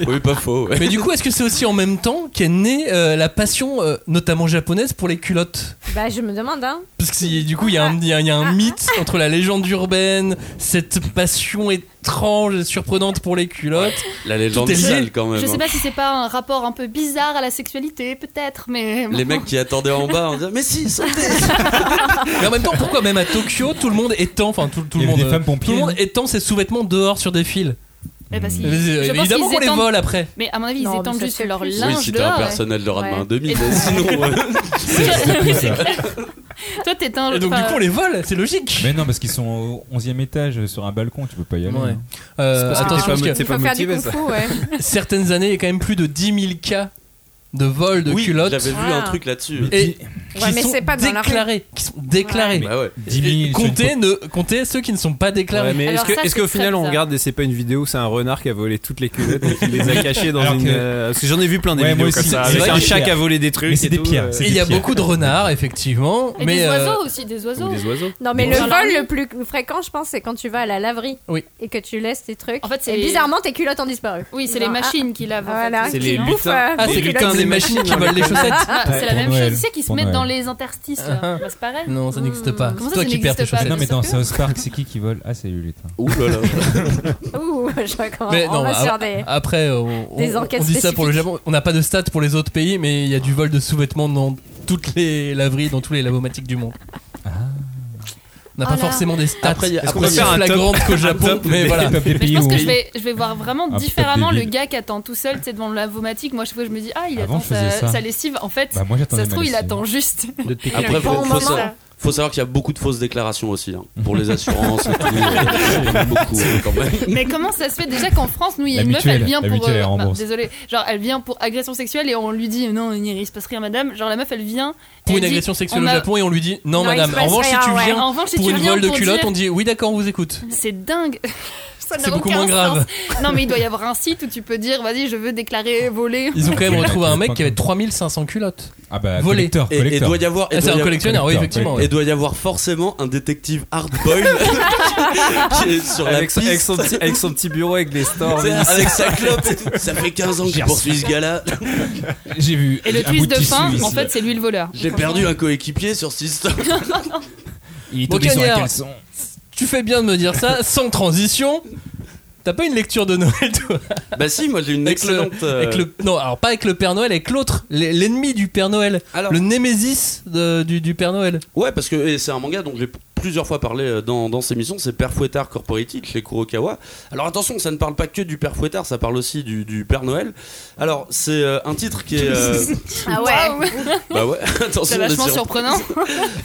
Speaker 4: Oui, pas faux. ouais.
Speaker 1: Mais du coup, est-ce que c'est aussi en même temps qu'est née euh, la passion, euh, notamment japonaise, pour les culottes
Speaker 2: Bah, je me demande, hein.
Speaker 1: Parce que si- du coup, il y a un, il y a- il y a un mythe entre la légende urbaine, cette passion étrange et surprenante pour les culottes.
Speaker 4: La légende
Speaker 1: Tout est lié.
Speaker 4: sale quand même.
Speaker 5: Je sais
Speaker 4: hein.
Speaker 5: pas si c'est pas un rapport un peu bizarre à la sexualité, peut-être, mais.
Speaker 4: Les mecs qui attendaient en bas en disant Mais si, sautez
Speaker 1: Mais en même temps, pourquoi même à Tokyo, tout le monde étend, enfin tout, tout
Speaker 6: Il y
Speaker 1: le
Speaker 6: avait
Speaker 1: monde,
Speaker 6: des
Speaker 1: euh,
Speaker 6: femmes pompiers,
Speaker 1: tout le monde
Speaker 6: non
Speaker 1: étend ses sous-vêtements dehors sur des fils.
Speaker 5: Eh, parce qu'ils-
Speaker 1: Mais, euh,
Speaker 5: je pense
Speaker 1: évidemment
Speaker 5: qu'ils
Speaker 1: qu'on les
Speaker 5: étendent-
Speaker 1: vole après.
Speaker 5: Mais à mon avis, ils
Speaker 2: Non, mais
Speaker 5: étendent
Speaker 2: ça
Speaker 5: juste
Speaker 2: fait
Speaker 5: leur
Speaker 2: plus.
Speaker 5: linge
Speaker 4: Oui, si t'es un
Speaker 5: dehors.
Speaker 4: personnel de
Speaker 2: Ouais.
Speaker 4: Rademain demi, mais sinon. euh,
Speaker 5: Toi, t'es un.
Speaker 1: Et donc, du
Speaker 5: enfin,
Speaker 1: coup, on les vole, c'est logique.
Speaker 6: Mais non, parce qu'ils sont au 11 e étage euh, sur un balcon, tu peux pas y aller.
Speaker 1: Ouais.
Speaker 6: hein.
Speaker 1: Euh,
Speaker 3: C'est pour ça
Speaker 1: attention,
Speaker 3: que
Speaker 1: parce
Speaker 3: t'es C'est
Speaker 2: Il
Speaker 3: pas
Speaker 2: faut faire
Speaker 3: motivé,
Speaker 2: du
Speaker 3: ça.
Speaker 2: kung-fu, ouais.
Speaker 1: que certaines années, il y a quand même plus de 10 000 cas de vol de
Speaker 4: euh, oui,
Speaker 1: culottes.
Speaker 4: J'avais vu
Speaker 2: Ah.
Speaker 4: un truc là-dessus.
Speaker 1: Et qui
Speaker 2: Ouais, mais
Speaker 1: sont
Speaker 2: c'est pas dans la rue.
Speaker 1: déclarés, qui sont déclarés.
Speaker 4: Bah ouais.
Speaker 6: Diminue-
Speaker 1: Comptez, ne, comptez ceux qui ne sont pas déclarés.
Speaker 3: Ouais, mais
Speaker 5: Alors
Speaker 3: est-ce que-
Speaker 5: ça,
Speaker 3: est-ce
Speaker 5: c'est
Speaker 3: qu'au
Speaker 5: très
Speaker 3: final on
Speaker 5: bizarre.
Speaker 3: regarde et c'est pas une vidéo, c'est un renard qui a volé toutes les culottes et qui les a cachées dans
Speaker 6: Alors
Speaker 3: une.
Speaker 6: que-
Speaker 3: euh, Parce que j'en ai vu plein des
Speaker 6: Ouais,
Speaker 3: vidéos
Speaker 6: moi
Speaker 3: comme
Speaker 6: aussi,
Speaker 3: ça.
Speaker 6: c'est
Speaker 3: Avec
Speaker 1: vrai
Speaker 3: un
Speaker 1: que-
Speaker 3: chat qui a volé des trucs.
Speaker 6: Mais c'est
Speaker 3: et
Speaker 6: des
Speaker 3: tout,
Speaker 6: pierres,
Speaker 3: euh,
Speaker 6: c'est
Speaker 1: Et il y a beaucoup de renards, effectivement.
Speaker 5: Et
Speaker 1: mais
Speaker 5: des
Speaker 1: euh,
Speaker 5: oiseaux aussi, des
Speaker 3: ou
Speaker 5: oiseaux.
Speaker 3: des oiseaux.
Speaker 2: Non, mais
Speaker 5: Dans
Speaker 2: le
Speaker 5: la
Speaker 2: vol
Speaker 5: rue.
Speaker 2: le plus fréquent, je pense, c'est quand tu vas à la laverie
Speaker 1: Oui.
Speaker 2: et que tu laisses tes trucs.
Speaker 5: En fait, c'est-
Speaker 2: et bizarrement, tes culottes ont disparu.
Speaker 5: Oui, c'est
Speaker 2: Ils
Speaker 5: les
Speaker 2: ont-
Speaker 5: machines qui
Speaker 2: Ah,
Speaker 5: lavent. en fait.
Speaker 2: voilà,
Speaker 3: C'est
Speaker 2: qui
Speaker 3: les
Speaker 2: bouffent,
Speaker 3: lutins.
Speaker 2: euh,
Speaker 1: ah,
Speaker 2: tes
Speaker 1: c'est
Speaker 3: Les
Speaker 2: culottes.
Speaker 1: putain des machines qui volent les chaussettes.
Speaker 5: Ah, c'est la
Speaker 6: Pour
Speaker 5: même
Speaker 6: Noël,
Speaker 5: chose. Tu sais qu'ils se
Speaker 6: pour
Speaker 5: mettent
Speaker 6: Noël.
Speaker 5: dans les interstices. là.
Speaker 1: Ah.
Speaker 5: Bah, c'est pareil.
Speaker 1: Non, ça n'existe pas.
Speaker 5: Comment
Speaker 1: C'est toi
Speaker 5: ça, ça
Speaker 1: qui perds tes
Speaker 5: n'existe pas
Speaker 6: Non,
Speaker 1: chaussettes.
Speaker 6: mais dans
Speaker 5: Soccer.
Speaker 6: South Park, c'est qui qui vole Ah, c'est Lulith. hein.
Speaker 4: Ouh là là.
Speaker 2: Ah, Ouh, je vois comment
Speaker 1: Mais
Speaker 2: Hein, on
Speaker 1: non,
Speaker 2: va
Speaker 1: bah,
Speaker 2: sur des.
Speaker 1: Après, on, on-
Speaker 2: Des enquêtes
Speaker 1: on dit ça pour le
Speaker 2: spécifiques.
Speaker 1: Japon. On n'a pas de stats pour les autres pays, mais il y a du vol de sous-vêtements dans toutes les laveries, dans tous les lavomatiques du monde. On n'a pas
Speaker 5: Oh là.
Speaker 1: forcément des stats.
Speaker 4: Après, il y a-
Speaker 1: Est-ce
Speaker 4: après,
Speaker 1: qu'on peut
Speaker 4: il y
Speaker 3: a
Speaker 1: faire
Speaker 3: un top-
Speaker 1: flagrante qu'au
Speaker 3: un
Speaker 1: Japon,
Speaker 3: top
Speaker 1: mais
Speaker 3: des-
Speaker 1: voilà.
Speaker 6: Les peuples des
Speaker 5: Mais je
Speaker 6: pays
Speaker 5: pense
Speaker 6: où.
Speaker 5: que je vais, je vais voir vraiment
Speaker 6: Ah,
Speaker 5: différemment
Speaker 6: peut-être
Speaker 5: le
Speaker 6: débile.
Speaker 5: gars qui attend tout seul, tu sais, devant le lavomatique. Moi, chaque fois, je me dis, ah, il
Speaker 6: Avant,
Speaker 5: attend
Speaker 6: je faisais
Speaker 5: sa,
Speaker 6: ça.
Speaker 5: sa lessive. En fait,
Speaker 6: Bah, moi j'attendais
Speaker 5: ça se
Speaker 6: ma
Speaker 5: trouve, il
Speaker 6: lessive.
Speaker 5: attends juste.
Speaker 4: Après, faut,
Speaker 2: bon
Speaker 4: faut
Speaker 2: moment.
Speaker 4: sa- faut savoir qu'il y a beaucoup de fausses déclarations aussi. hein. Pour les assurances et tout. euh, Il y en a beaucoup euh, quand même.
Speaker 5: Mais comment ça se fait déjà qu'en France, nous, il y a
Speaker 6: La
Speaker 5: une meuf,
Speaker 6: mutuelle,
Speaker 5: elle vient
Speaker 6: la
Speaker 5: pour.
Speaker 6: mutuelle, elle rembourse.
Speaker 5: désolé, genre, elle vient pour agression sexuelle et on lui dit, non, il ne se passe rien, madame. Genre, la meuf, elle vient.
Speaker 1: Pour
Speaker 5: elle
Speaker 1: une
Speaker 5: dit,
Speaker 1: agression sexuelle
Speaker 5: on
Speaker 1: au
Speaker 5: a-
Speaker 1: Japon, et on lui dit non,
Speaker 2: Non, il
Speaker 1: madame.
Speaker 2: se
Speaker 1: En
Speaker 2: passe
Speaker 1: revanche, si
Speaker 2: rien,
Speaker 1: tu
Speaker 2: ouais.
Speaker 1: viens
Speaker 5: En revanche, si
Speaker 1: pour
Speaker 5: tu
Speaker 1: une
Speaker 5: viens
Speaker 1: vol de
Speaker 5: pour
Speaker 1: culotte,
Speaker 5: dire-
Speaker 1: on dit oui, d'accord, on vous écoute.
Speaker 5: C'est dingue. Ça n'a
Speaker 1: C'est beaucoup
Speaker 5: aucun
Speaker 1: moins grave.
Speaker 5: sens. Non, mais il doit y avoir un site où tu peux dire, vas-y, je veux déclarer voler.
Speaker 1: Ils ont quand même
Speaker 6: Ouais,
Speaker 1: retrouvé un
Speaker 6: c'est
Speaker 1: mec
Speaker 6: pas
Speaker 1: qui avait
Speaker 6: cool.
Speaker 1: 3500 culottes.
Speaker 6: Ah, bah,
Speaker 1: Volé.
Speaker 6: collecteur,
Speaker 4: Et- Et,
Speaker 6: collecteur.
Speaker 4: doit y avoir. et
Speaker 1: Ah, c'est
Speaker 4: doit y
Speaker 1: un
Speaker 4: avoir-
Speaker 1: collectionneur, oui,
Speaker 6: collecteur,
Speaker 1: effectivement.
Speaker 4: Et doit y avoir forcément un détective hard boy qui est sur la
Speaker 3: Avec son-
Speaker 4: piste.
Speaker 3: avec son petit- avec son petit bureau avec des stores.
Speaker 4: C'est- Avec sa clope, et tout. ça fait 15 ans que je poursuis ce gars-là.
Speaker 6: J'ai vu.
Speaker 5: Et le
Speaker 6: un
Speaker 5: twist
Speaker 6: bout
Speaker 5: de fin,
Speaker 6: tissu
Speaker 5: en
Speaker 6: ici.
Speaker 5: fait, c'est lui le voleur.
Speaker 4: J'ai perdu un coéquipier sur ce système.
Speaker 6: Il est
Speaker 1: Bon,
Speaker 6: tombé sur un
Speaker 1: Cagnard.
Speaker 6: caleçon.
Speaker 1: Tu fais bien de me dire ça, sans transition. T'as pas une lecture de Noël, toi
Speaker 4: Bah si, moi j'ai une
Speaker 1: Avec le-
Speaker 4: excellente. euh,
Speaker 1: avec le, Non, alors pas avec le Père Noël, avec l'autre, l'e- l'ennemi du Père Noël.
Speaker 4: Alors,
Speaker 1: Le Némésis de- du, du Père Noël.
Speaker 4: ouais, parce que et c'est un manga dont j'ai plusieurs fois parlé euh, dans, dans ces missions, c'est Père Fouettard Corporative chez Kurokawa. Alors attention, ça ne parle pas que du Père Fouettard, ça parle aussi du, du Père Noël. Alors c'est euh, un titre qui est... euh,
Speaker 2: Ah ouais.
Speaker 4: bah ouais, attention.
Speaker 5: C'est
Speaker 4: on est
Speaker 5: vachement
Speaker 4: sur-
Speaker 5: surprenant.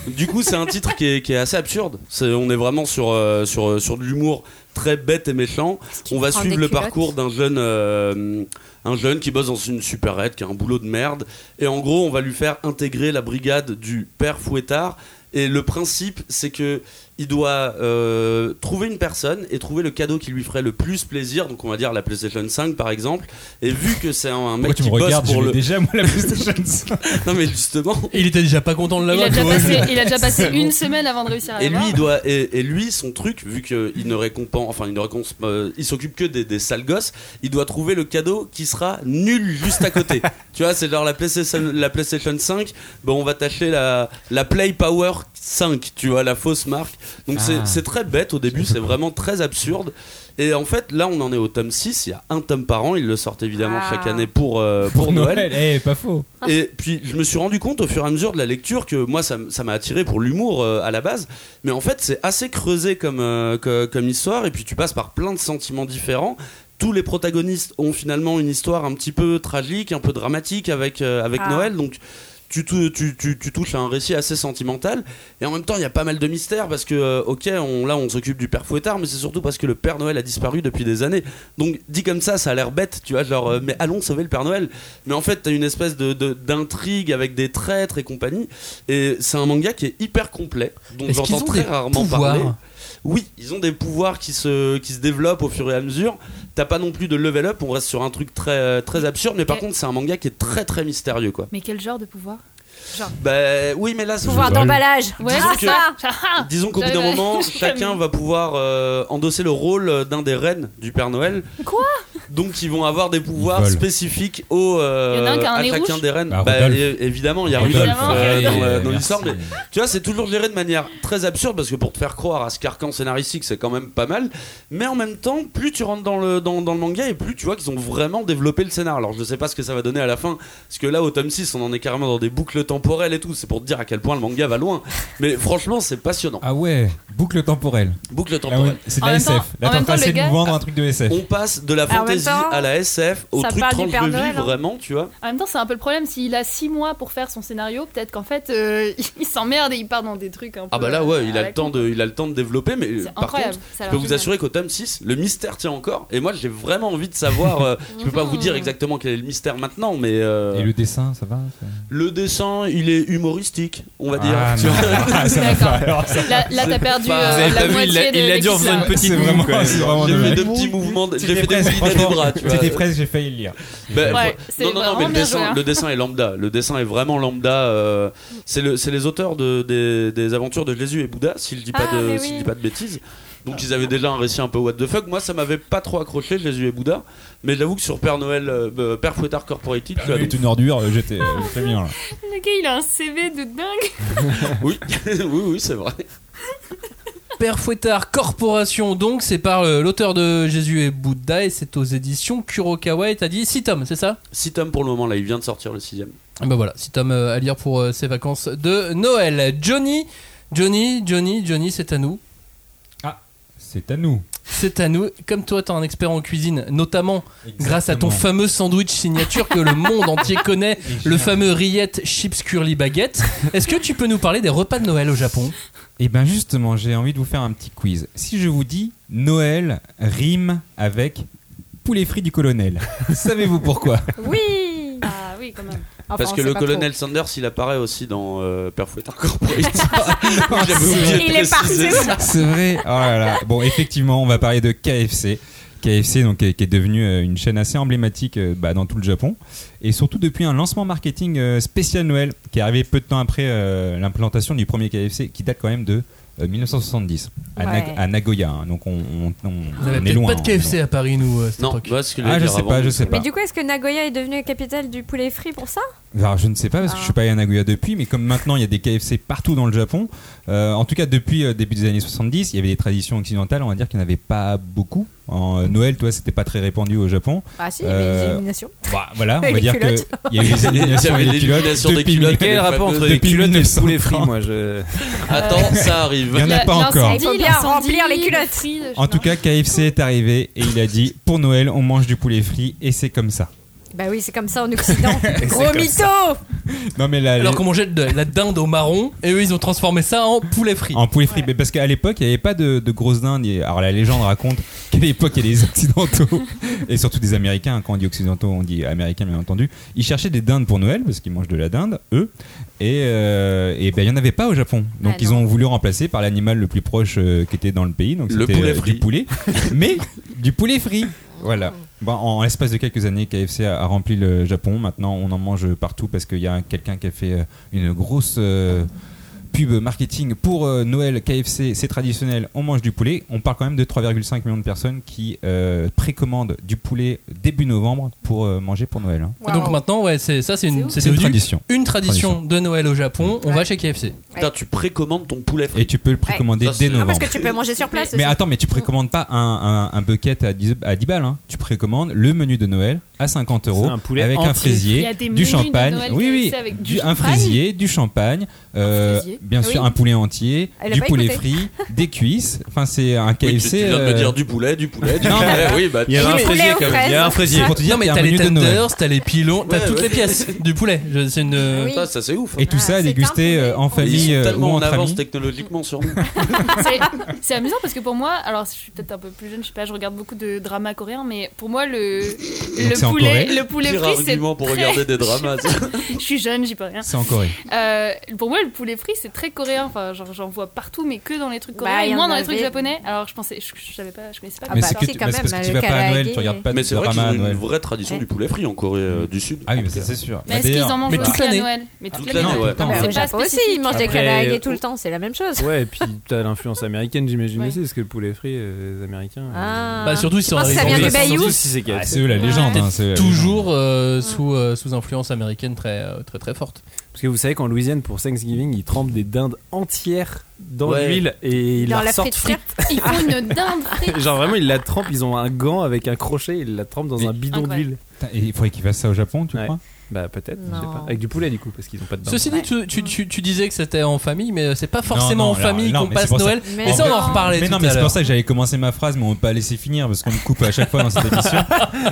Speaker 4: Du coup, c'est un titre qui est, qui est assez absurde. C'est- on est vraiment sur, euh, sur, sur de l'humour très bête et méchant. On va
Speaker 2: prend
Speaker 4: suivre
Speaker 2: des
Speaker 4: le
Speaker 2: culottes
Speaker 4: parcours d'un jeune, euh, un jeune qui bosse dans une supérette, qui a un boulot de merde. Et en gros, on va lui faire intégrer la brigade du père Fouettard. Et le principe, c'est que il doit euh, trouver une personne et trouver le cadeau qui lui ferait le plus plaisir. Donc, on va dire la PlayStation 5, par exemple. Et vu que c'est un, un mec
Speaker 6: Pourquoi tu
Speaker 4: qui
Speaker 6: me
Speaker 4: bosse
Speaker 6: regardes
Speaker 4: pour
Speaker 6: J'ai
Speaker 4: le,
Speaker 6: déjà moi la PlayStation 5.
Speaker 4: non mais justement,
Speaker 1: Il était déjà pas content de
Speaker 5: Il
Speaker 1: l'avoir.
Speaker 5: a déjà
Speaker 1: tu vois.
Speaker 5: passé, il a déjà passé une semaine avant de réussir à
Speaker 4: Et
Speaker 5: l'avoir.
Speaker 4: lui, il doit, et, et lui, son truc, vu qu'il ne récompense, enfin, il ne récompense, euh, il s'occupe que des, des sales gosses, il doit trouver le cadeau qui sera nul juste à côté. tu vois, c'est genre la PlayStation, la PlayStation 5, bon, on va tâcher la, la Play Power 5, tu vois, la fausse marque. Donc
Speaker 6: Ah.
Speaker 4: c'est- c'est très bête au début, c'est vraiment très absurde. Et en fait, là, on en est au tome 6, il y a un tome par an, ils le sortent évidemment
Speaker 2: Ah.
Speaker 4: chaque année pour, euh, pour Noël.
Speaker 6: Eh, pas faux.
Speaker 4: Et puis je me suis rendu compte au fur et à mesure de la lecture que moi ça m- ça m'a attiré pour l'humour euh, à la base, mais en fait c'est assez creusé comme, euh, co- comme histoire et puis tu passes par plein de sentiments différents. Tous les protagonistes ont finalement une histoire un petit peu tragique, un peu dramatique avec, euh, avec
Speaker 2: Ah.
Speaker 4: Noël, donc tu, tou- tu, tu- tu touches à un récit assez sentimental et en même temps il y a pas mal de mystères parce que euh, ok on, là on s'occupe du père Fouettard mais c'est surtout parce que le père Noël a disparu depuis des années donc dit comme ça ça a l'air bête tu vois genre euh, mais allons sauver le père Noël mais en fait t'as une espèce de de- d'intrigue avec des traîtres et compagnie et c'est un manga qui est hyper complet donc
Speaker 1: Est-ce qu'ils
Speaker 4: j'entends
Speaker 1: ont
Speaker 4: très
Speaker 1: des
Speaker 4: rarement
Speaker 1: pouvoirs
Speaker 4: parler oui ils ont des pouvoirs qui se, qui se développent au fur et à mesure t'as pas non plus de level up on reste sur un truc très, euh, très absurde mais par
Speaker 5: Ok.
Speaker 4: contre c'est un manga qui est très très mystérieux quoi
Speaker 5: Mais quel genre de pouvoir
Speaker 4: bah oui mais là c'est-
Speaker 2: Pouvoir
Speaker 6: Je
Speaker 2: d'emballage.
Speaker 5: Ouais,
Speaker 4: Disons
Speaker 2: ah,
Speaker 4: que-
Speaker 2: ça.
Speaker 4: Disons qu'au bout d'un
Speaker 5: J'avais-
Speaker 4: moment,
Speaker 5: j'avais-
Speaker 4: chacun va pouvoir euh, endosser le rôle d'un des reines du Père Noël.
Speaker 5: Quoi
Speaker 4: Donc ils vont avoir des pouvoirs
Speaker 6: volent.
Speaker 4: spécifiques au, euh,
Speaker 5: Il y en a un qui a un
Speaker 4: à
Speaker 5: nez
Speaker 4: chacun
Speaker 5: rouge
Speaker 4: des reines.
Speaker 6: Bah, Rodolphe.
Speaker 4: é- évidemment, il y a
Speaker 6: Rodolphe,
Speaker 4: Rudolph euh,
Speaker 6: ouais,
Speaker 4: dans, euh,
Speaker 6: ouais,
Speaker 4: dans l'histoire. Mais
Speaker 6: merci.
Speaker 4: tu vois, c'est toujours géré de manière très absurde parce que pour te faire croire à ce carcan scénaristique, c'est quand même pas mal. Mais en même temps, plus tu rentres dans le, dans, dans le manga et plus tu vois qu'ils ont vraiment développé le scénar. Alors je ne sais pas ce que ça va donner à la fin parce que là, au tome 6, on en est carrément dans des boucles temporelles et tout. C'est pour te dire à quel point le manga va loin. Mais franchement, c'est passionnant.
Speaker 6: Ah ouais, boucle temporelle.
Speaker 4: Boucle
Speaker 6: Là,
Speaker 4: temporelle.
Speaker 6: on- C'est de
Speaker 5: En
Speaker 6: la
Speaker 5: même temps-
Speaker 6: SF. Là,
Speaker 5: en
Speaker 6: t'es
Speaker 5: même
Speaker 6: en train
Speaker 5: temps, le
Speaker 6: d'essayer de
Speaker 5: gars-
Speaker 6: nous vendre un truc de SF.
Speaker 4: On passe de la
Speaker 2: Ah, en même
Speaker 4: fantasy
Speaker 2: temps,
Speaker 4: à la SF, au
Speaker 5: ça
Speaker 4: truc
Speaker 5: parle du
Speaker 4: 32
Speaker 5: Père
Speaker 4: livres,
Speaker 5: Noël, hein.
Speaker 4: vraiment, tu vois.
Speaker 5: En même temps, c'est un peu le problème. S'il a 6 mois pour faire son scénario, peut-être qu'en fait, euh, il s'emmerde et il part dans des trucs un peu.
Speaker 4: Ah bah là ouais,
Speaker 5: euh,
Speaker 4: il
Speaker 5: à
Speaker 4: a
Speaker 5: la
Speaker 4: le temps de, il a le temps de développer, mais euh, par
Speaker 5: incroyable,
Speaker 4: contre,
Speaker 5: ça a
Speaker 4: je
Speaker 5: l'air
Speaker 4: peux vous
Speaker 5: génial.
Speaker 4: assurer qu'au tome 6, le mystère tient encore. Et moi, j'ai vraiment envie de savoir. euh, je peux pas vous
Speaker 5: Mmh.
Speaker 4: dire exactement quel est le mystère maintenant, mais euh,
Speaker 6: Et le dessin, ça va ça
Speaker 4: le dessin, il est humoristique, on va dire.
Speaker 6: Ah,
Speaker 4: Tu
Speaker 6: non.
Speaker 4: vois.
Speaker 6: Ah, ça va
Speaker 5: D'accord.
Speaker 6: pas, alors, ça
Speaker 5: Là, là, t'as perdu euh,
Speaker 4: Vous avez
Speaker 5: la
Speaker 4: pas vu,
Speaker 5: moitié
Speaker 4: il l'a-
Speaker 5: de
Speaker 4: il l'a dit en
Speaker 5: l'équipe,
Speaker 4: faisant
Speaker 5: là.
Speaker 4: une petite-
Speaker 6: C'est vraiment, c'est vraiment
Speaker 4: J'ai fait
Speaker 6: dommage.
Speaker 4: deux petits mouvements, de- j'ai
Speaker 6: C'était
Speaker 4: fait des
Speaker 6: presque,
Speaker 4: mouvements des
Speaker 6: franchement,
Speaker 4: bras. Tu vois.
Speaker 6: C'était presque, j'ai failli le lire.
Speaker 4: Ben,
Speaker 5: Ouais,
Speaker 4: faut-
Speaker 5: c'est
Speaker 4: non, non, non, mais
Speaker 5: vraiment
Speaker 4: le
Speaker 5: bien
Speaker 4: dessin,
Speaker 5: joué, hein.
Speaker 4: le dessin est lambda. Le dessin est vraiment lambda. euh, c'est le, c'est les auteurs de, des, des aventures de Jésus et Bouddha, s'il dit pas
Speaker 5: Ah,
Speaker 4: de,
Speaker 5: mais
Speaker 4: s'il
Speaker 5: oui.
Speaker 4: dit pas de bêtises. Donc ils avaient déjà un récit un peu what the fuck. Moi, ça m'avait pas trop accroché Jésus et Bouddha, mais j'avoue que sur Père Noël, euh, euh, Père Fouettard Corporated, tu as
Speaker 6: C'est une ordure, euh, j'étais euh, très bien là.
Speaker 5: Le gars, il a un CV de dingue.
Speaker 4: oui, oui, oui, c'est vrai.
Speaker 1: Père Fouettard Corporation, donc, c'est par euh, l'auteur de Jésus et Bouddha et c'est aux éditions Kurokawa. Et t'as dit 6 tomes, c'est ça
Speaker 4: Six tomes pour le moment là, il vient de sortir le sixième.
Speaker 1: Et Ben voilà, 6 tomes euh, à lire pour euh, ses vacances de Noël. Johnny, Johnny, Johnny, Johnny, c'est à nous.
Speaker 6: C'est à nous.
Speaker 1: C'est à nous. Comme toi, t'es un expert en cuisine, notamment grâce à ton
Speaker 6: Exactement.
Speaker 1: fameux sandwich signature que le monde entier connaît, le
Speaker 6: Exactement.
Speaker 1: fameux rillette chips curly baguette. Est-ce que tu peux nous parler des repas de Noël au Japon
Speaker 6: Et ben justement, j'ai envie de vous faire un petit quiz. Si je vous dis Noël rime avec poulet frit du colonel, savez-vous pourquoi
Speaker 2: Oui
Speaker 5: Ah oui, quand même.
Speaker 2: Enfin,
Speaker 4: Parce
Speaker 2: on
Speaker 4: que
Speaker 2: sait
Speaker 4: le
Speaker 2: pas trop.
Speaker 4: colonel Sanders, il apparaît aussi dans euh, Père Fouettard Corporated. J'avais oublié de
Speaker 2: Il est
Speaker 4: préciser
Speaker 2: parti.
Speaker 4: ça.
Speaker 6: C'est vrai. Oh là là. Bon, effectivement, on va parler de KFC. KFC, donc, qui est qui est devenu euh, une chaîne assez emblématique euh, bah, dans tout le Japon. Et surtout depuis un lancement marketing euh, spécial Noël, qui est arrivé peu de temps après euh, l'implantation du premier KFC, qui date quand même de euh, 1970, à, Nag-
Speaker 2: Ouais.
Speaker 6: à Nagoya. hein. Donc on, on- on-
Speaker 1: Vous avez
Speaker 6: on est
Speaker 1: peut-être
Speaker 6: loin.
Speaker 1: pas de
Speaker 6: hein,
Speaker 1: KFC à Paris, nous, à cette
Speaker 4: Non,
Speaker 3: Bah,
Speaker 1: époque.
Speaker 4: voilà ce que
Speaker 6: on est loin. Ah, je
Speaker 4: dire
Speaker 6: sais
Speaker 4: avant.
Speaker 6: pas, je sais
Speaker 2: Mais
Speaker 6: pas.
Speaker 2: du coup, est-ce que Nagoya est devenue la capitale du poulet frit pour ça
Speaker 6: Alors, je ne sais pas parce que je suis pas allé à Nagoya depuis, mais comme maintenant il y a des KFC partout dans le Japon, euh, en tout cas depuis euh, début des années 70, il y avait des traditions occidentales, on va dire qu'il n'y en avait pas beaucoup. En euh, Noël, toi, c'était pas très répandu au Japon.
Speaker 2: Ah si,
Speaker 6: il y avait des Euh,
Speaker 2: éliminations.
Speaker 6: Bah, voilà, on va
Speaker 2: Et les
Speaker 6: dire que
Speaker 2: culottes.
Speaker 6: il y a eu des éliminations
Speaker 4: Il y
Speaker 6: et
Speaker 4: avait
Speaker 6: des culottes.
Speaker 4: l'élimination des
Speaker 6: depuis
Speaker 4: culottes.
Speaker 6: mille-
Speaker 4: Quel rapport entre
Speaker 6: les culottes et le poulet frit,
Speaker 3: moi je.
Speaker 4: Attends, ça arrive.
Speaker 6: Il y en a
Speaker 5: La-
Speaker 6: pas encore.
Speaker 5: l'incendie,
Speaker 2: Il faut bien
Speaker 5: l'incendie,
Speaker 2: remplir les
Speaker 5: le
Speaker 2: culottes.
Speaker 5: frites, je sais
Speaker 6: En tout
Speaker 5: pas.
Speaker 6: cas, KFC est arrivé et il a dit pour Noël, on mange du poulet frit et c'est comme ça.
Speaker 2: Bah oui, c'est comme ça en Occident. Gros
Speaker 6: comme
Speaker 2: mytho Ah,
Speaker 6: Non mais là,
Speaker 1: Alors qu'on mangeait de la dinde au marron, et eux ils ont transformé ça en poulet frit.
Speaker 6: En poulet frit, mais parce qu'à l'époque, il n'y avait pas de, de grosses dindes. Et- Alors la légende raconte qu'à l'époque, il y a des Occidentaux, et surtout des Américains, quand on dit Occidentaux, on dit Américains bien entendu, ils cherchaient des dindes pour Noël, parce qu'ils mangent de la dinde, eux, et, euh, et ben, il n'y en avait pas au Japon. Donc
Speaker 2: Ah
Speaker 6: ils
Speaker 2: non.
Speaker 6: ont voulu remplacer par l'animal le plus proche euh, qui était dans le pays, donc
Speaker 4: Le
Speaker 6: c'était
Speaker 4: poulet
Speaker 6: euh,
Speaker 4: frit.
Speaker 6: du poulet, mais du poulet frit. Voilà. Bon, en l'espace de quelques années, KFC a, a rempli le Japon. Maintenant, on en mange partout parce qu'il y a quelqu'un qui a fait euh, une grosse euh, pub marketing pour euh, Noël KFC. C'est traditionnel, on mange du poulet. On parle quand même de 3,5 millions de personnes qui euh, précommandent du poulet début novembre pour euh, manger pour Noël. hein.
Speaker 1: Donc maintenant, ouais, c'est ça, c'est une, c'est
Speaker 6: C'est une
Speaker 1: devenu
Speaker 6: tradition.
Speaker 1: une tradition,
Speaker 6: Tradition.
Speaker 1: de Noël au Japon. On va chez KFC.
Speaker 4: Putain, tu précommandes ton poulet frit.
Speaker 6: Et tu peux le précommander
Speaker 4: Ouais. Ça, c'est-
Speaker 6: dès
Speaker 4: Ah,
Speaker 2: Non,
Speaker 6: novembre.
Speaker 2: parce que tu peux manger sur place
Speaker 6: Mais
Speaker 2: aussi.
Speaker 6: attends, mais tu précommandes pas un, un, un bucket à 10, à 10 balles. hein. Tu précommandes le menu de Noël à 50 euros
Speaker 3: C'est un poulet
Speaker 6: avec un
Speaker 3: entier.
Speaker 5: Il y
Speaker 6: fraisier,
Speaker 5: a des
Speaker 6: du
Speaker 5: menus de
Speaker 6: champagne.
Speaker 5: Noël
Speaker 6: oui, oui,
Speaker 5: KFC avec du
Speaker 6: du, un
Speaker 5: champagne.
Speaker 6: fraisier, du champagne, euh,
Speaker 5: fraisier. Ah
Speaker 6: bien sûr
Speaker 2: Oui.
Speaker 6: un poulet entier,
Speaker 2: Elle a
Speaker 6: du
Speaker 2: pas
Speaker 6: poulet
Speaker 2: écouté.
Speaker 6: frit, des cuisses. Enfin, c'est un
Speaker 4: Oui, tu, tu
Speaker 6: KFC.
Speaker 4: viens de me
Speaker 6: euh,
Speaker 4: dire du poulet, du poulet, du
Speaker 6: Non,
Speaker 4: poulet. oui, bah,
Speaker 3: Il y
Speaker 2: Du
Speaker 3: avait un
Speaker 2: poulet
Speaker 3: fraisier
Speaker 2: aux
Speaker 3: quand même.
Speaker 2: fraises.
Speaker 3: Il y a un fraisier.
Speaker 6: pour te dire
Speaker 1: non, mais
Speaker 6: qu'il y a un
Speaker 1: t'as les
Speaker 6: menu de Noël.
Speaker 1: tenders, t'as les pilons, t'as
Speaker 4: Ouais,
Speaker 1: toutes
Speaker 4: ouais.
Speaker 1: les pièces du poulet. Je- C'est une.
Speaker 2: Oui.
Speaker 4: Ça, ça c'est ouf. hein.
Speaker 6: Et tout
Speaker 2: Ah,
Speaker 6: ça à
Speaker 2: c'est
Speaker 6: déguster
Speaker 2: un poulet.
Speaker 6: euh, en famille
Speaker 4: Ils sont
Speaker 6: euh, ou
Speaker 4: tellement en
Speaker 6: entre
Speaker 4: avance
Speaker 6: amis.
Speaker 4: technologiquement sur nous.
Speaker 5: C'est- C'est amusant parce que pour moi, alors je suis peut-être un peu plus jeune, je sais pas, je regarde beaucoup de dramas coréens, mais pour moi le,
Speaker 6: c'est
Speaker 5: le
Speaker 6: en
Speaker 5: poulet,
Speaker 6: Corée
Speaker 5: le poulet
Speaker 4: Pire
Speaker 5: frit, c'est
Speaker 4: argument pour
Speaker 5: très-
Speaker 4: regarder des dramas.
Speaker 5: Je suis jeune, j'y peux rien.
Speaker 6: C'est en Corée.
Speaker 5: Euh, pour moi, le poulet frit, c'est très coréen. Enfin, genre, j'en vois partout, mais que dans les trucs
Speaker 2: Bah,
Speaker 5: coréens
Speaker 2: il y
Speaker 5: et
Speaker 2: en
Speaker 5: moins dans les
Speaker 2: avait.
Speaker 5: trucs japonais. Alors, je pensais, je, je savais pas, je connaissais pas.
Speaker 2: Ah
Speaker 6: mais
Speaker 2: bah,
Speaker 6: c'est que
Speaker 2: si,
Speaker 6: tu-
Speaker 2: quand
Speaker 6: mais c'est parce
Speaker 2: même,
Speaker 6: que tu
Speaker 2: le
Speaker 5: euh,
Speaker 6: vas pas à Noël,
Speaker 2: karaage.
Speaker 6: tu regardes pas
Speaker 4: Mais
Speaker 6: de
Speaker 4: c'est vrai qu'ils
Speaker 6: drama
Speaker 4: ont
Speaker 6: à
Speaker 4: une
Speaker 6: Noël.
Speaker 4: vraie tradition
Speaker 2: Ouais.
Speaker 4: du poulet frit en Corée euh, du Sud.
Speaker 6: Ah oui, mais ça c'est sûr.
Speaker 5: Mais est-ce qu'ils en mangent
Speaker 1: Mais toute
Speaker 5: aussi à
Speaker 1: l'année.
Speaker 5: Noël Mais
Speaker 4: Toute
Speaker 5: toute l'année,
Speaker 4: l'année,
Speaker 5: ouais.
Speaker 4: ouais.
Speaker 6: Ah,
Speaker 2: Bah,
Speaker 5: C'est
Speaker 2: au
Speaker 5: pas
Speaker 2: Japon aussi,
Speaker 5: spécifique.
Speaker 2: ils mangent des
Speaker 3: Après,
Speaker 2: karaage
Speaker 3: euh,
Speaker 2: tout le temps, c'est la même chose.
Speaker 3: Ouais, et puis t'as l'influence américaine, j'imagine
Speaker 5: Ouais.
Speaker 3: aussi, parce que le poulet frit, euh, les Américains.
Speaker 2: Ah.
Speaker 1: Bah, surtout, ils
Speaker 2: Tu
Speaker 1: sont
Speaker 2: penses que ça
Speaker 1: arrivés
Speaker 2: vient
Speaker 1: en
Speaker 2: de Bayou
Speaker 3: Surtout si c'est
Speaker 6: Ah,
Speaker 3: KFC.
Speaker 6: c'est eux la légende. hein, c'est eux la
Speaker 1: Toujours euh, sous, euh, sous influence américaine très, euh, très très forte.
Speaker 3: Parce que vous savez qu'en Louisiane, pour Thanksgiving, ils trempent des dindes entières dans
Speaker 4: Ouais.
Speaker 3: l'huile et ils
Speaker 2: Dans
Speaker 3: la
Speaker 2: la
Speaker 3: ressortent
Speaker 2: frite
Speaker 3: frite.
Speaker 5: Ils font une dinde frite.
Speaker 3: Genre vraiment, ils la trempent, ils ont un gant avec un crochet, ils la trempent dans
Speaker 6: Mais-
Speaker 3: un bidon
Speaker 5: Incroyable.
Speaker 3: d'huile.
Speaker 6: légende. Putain, et Il faudrait qu'ils fassent ça au Japon, tu
Speaker 3: Ouais.
Speaker 6: crois
Speaker 3: Bah peut-être, je sais
Speaker 2: Non.
Speaker 3: pas. Avec du poulet du coup, parce qu'ils ont pas de dents.
Speaker 1: Ceci dit, tu, tu- tu- tu disais que c'était en famille, mais c'est pas forcément
Speaker 6: Non, non,
Speaker 1: en famille
Speaker 6: alors, non,
Speaker 1: qu'on
Speaker 6: mais c'est
Speaker 1: passe
Speaker 6: pour ça-
Speaker 1: Noël.
Speaker 6: Mais
Speaker 1: et ça, on en
Speaker 6: non.
Speaker 1: reparlait
Speaker 6: Mais
Speaker 1: tout
Speaker 6: non, mais
Speaker 1: à
Speaker 6: c'est
Speaker 1: l'heure.
Speaker 6: pour ça que j'avais commencé ma phrase, mais on peut pas laisser finir parce qu'on me coupe à chaque fois dans cette émission.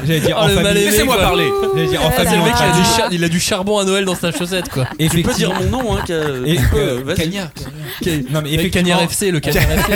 Speaker 6: J'allais dire
Speaker 1: Oh,
Speaker 6: en
Speaker 1: le mal
Speaker 6: famille.
Speaker 1: aimé, quoi.
Speaker 6: J'allais dire en
Speaker 1: C'est
Speaker 6: famille.
Speaker 1: le mec,
Speaker 6: en
Speaker 1: il a, du
Speaker 6: famille.
Speaker 1: char- il a du charbon à Noël dans sa chaussette, quoi.
Speaker 4: Tu peux dire mon nom, hein, que-
Speaker 6: Et-
Speaker 4: que-
Speaker 6: euh,
Speaker 4: vas-y.
Speaker 6: Cagnard. Non, mais
Speaker 1: Le
Speaker 6: effectivement.
Speaker 1: Cagnard FC, le Cagnard FC.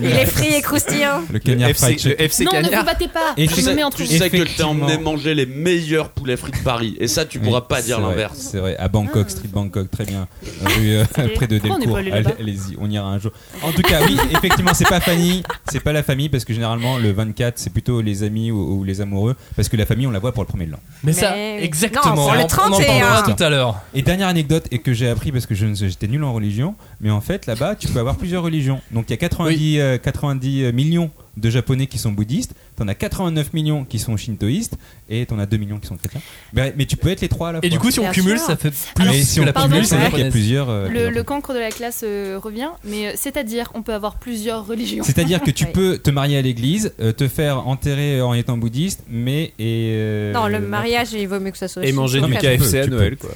Speaker 2: Il est frit et croustillant.
Speaker 6: Le cagnard fried
Speaker 3: FC,
Speaker 6: chicken.
Speaker 3: le FC
Speaker 5: non, ne vous
Speaker 3: Cagnard.
Speaker 5: battez pas.
Speaker 6: Et
Speaker 5: je
Speaker 6: tu
Speaker 5: me
Speaker 6: sais-
Speaker 5: mets en
Speaker 4: Tu
Speaker 5: trouille.
Speaker 4: sais que t'es emmené
Speaker 6: Effectivement.
Speaker 4: manger les meilleurs poulets frits de Paris. Et ça, tu pourras
Speaker 6: Oui,
Speaker 4: pas dire
Speaker 6: c'est vrai,
Speaker 4: l'inverse.
Speaker 6: C'est vrai, à Bangkok, Street Bangkok, très bien. Rue euh, près de
Speaker 5: Pourquoi on n'est
Speaker 6: Delcourt.
Speaker 5: pas allé là-bas
Speaker 6: Allez- Allez-y, on ira un jour. En tout cas, oui, effectivement, c'est pas Fanny, c'est pas la famille, parce que généralement, le 24, c'est plutôt les amis ou, ou les amoureux, parce que la famille, on la voit pour le premier de l'an.
Speaker 1: Mais ça,
Speaker 2: Mais-
Speaker 1: exactement.
Speaker 2: Non, pour le
Speaker 1: on en- on en
Speaker 2: 31.
Speaker 1: parlera tout à l'heure.
Speaker 6: Et dernière anecdote, et que j'ai appris parce que je ne- j'étais nul en religion, mais en fait, là-bas, tu peux avoir plusieurs religions. Donc, il y a 90, euh, 90 millions de Japonais qui sont bouddhistes, t'en as 89 millions qui sont shintoïstes, et t'en as 2 millions qui sont chrétiens. Mais, mais tu peux être les trois à la
Speaker 1: Et
Speaker 6: fois.
Speaker 1: du coup, si on
Speaker 2: Bien
Speaker 1: cumule,
Speaker 2: sûr.
Speaker 1: ça fait
Speaker 6: Ah, mais
Speaker 1: plus
Speaker 6: si
Speaker 1: que
Speaker 6: on
Speaker 1: la
Speaker 5: pardon,
Speaker 6: cumule,
Speaker 1: population
Speaker 6: c'est-à-dire qu'il y a
Speaker 1: japonaise.
Speaker 6: plusieurs. euh,
Speaker 5: Le,
Speaker 6: plusieurs
Speaker 5: le cancre de la classe euh, revient, mais euh, c'est-à-dire on peut avoir plusieurs religions.
Speaker 6: C'est-à-dire que tu
Speaker 2: Oui.
Speaker 6: peux te marier à l'église, euh, te faire enterrer en étant bouddhiste, mais et euh,
Speaker 2: Non, le mariage, il vaut mieux que ça soit.
Speaker 3: Et manger
Speaker 6: Non,
Speaker 3: du
Speaker 6: mais tu
Speaker 3: KFC
Speaker 6: peux,
Speaker 3: à
Speaker 6: tu peux.
Speaker 3: Noël quoi.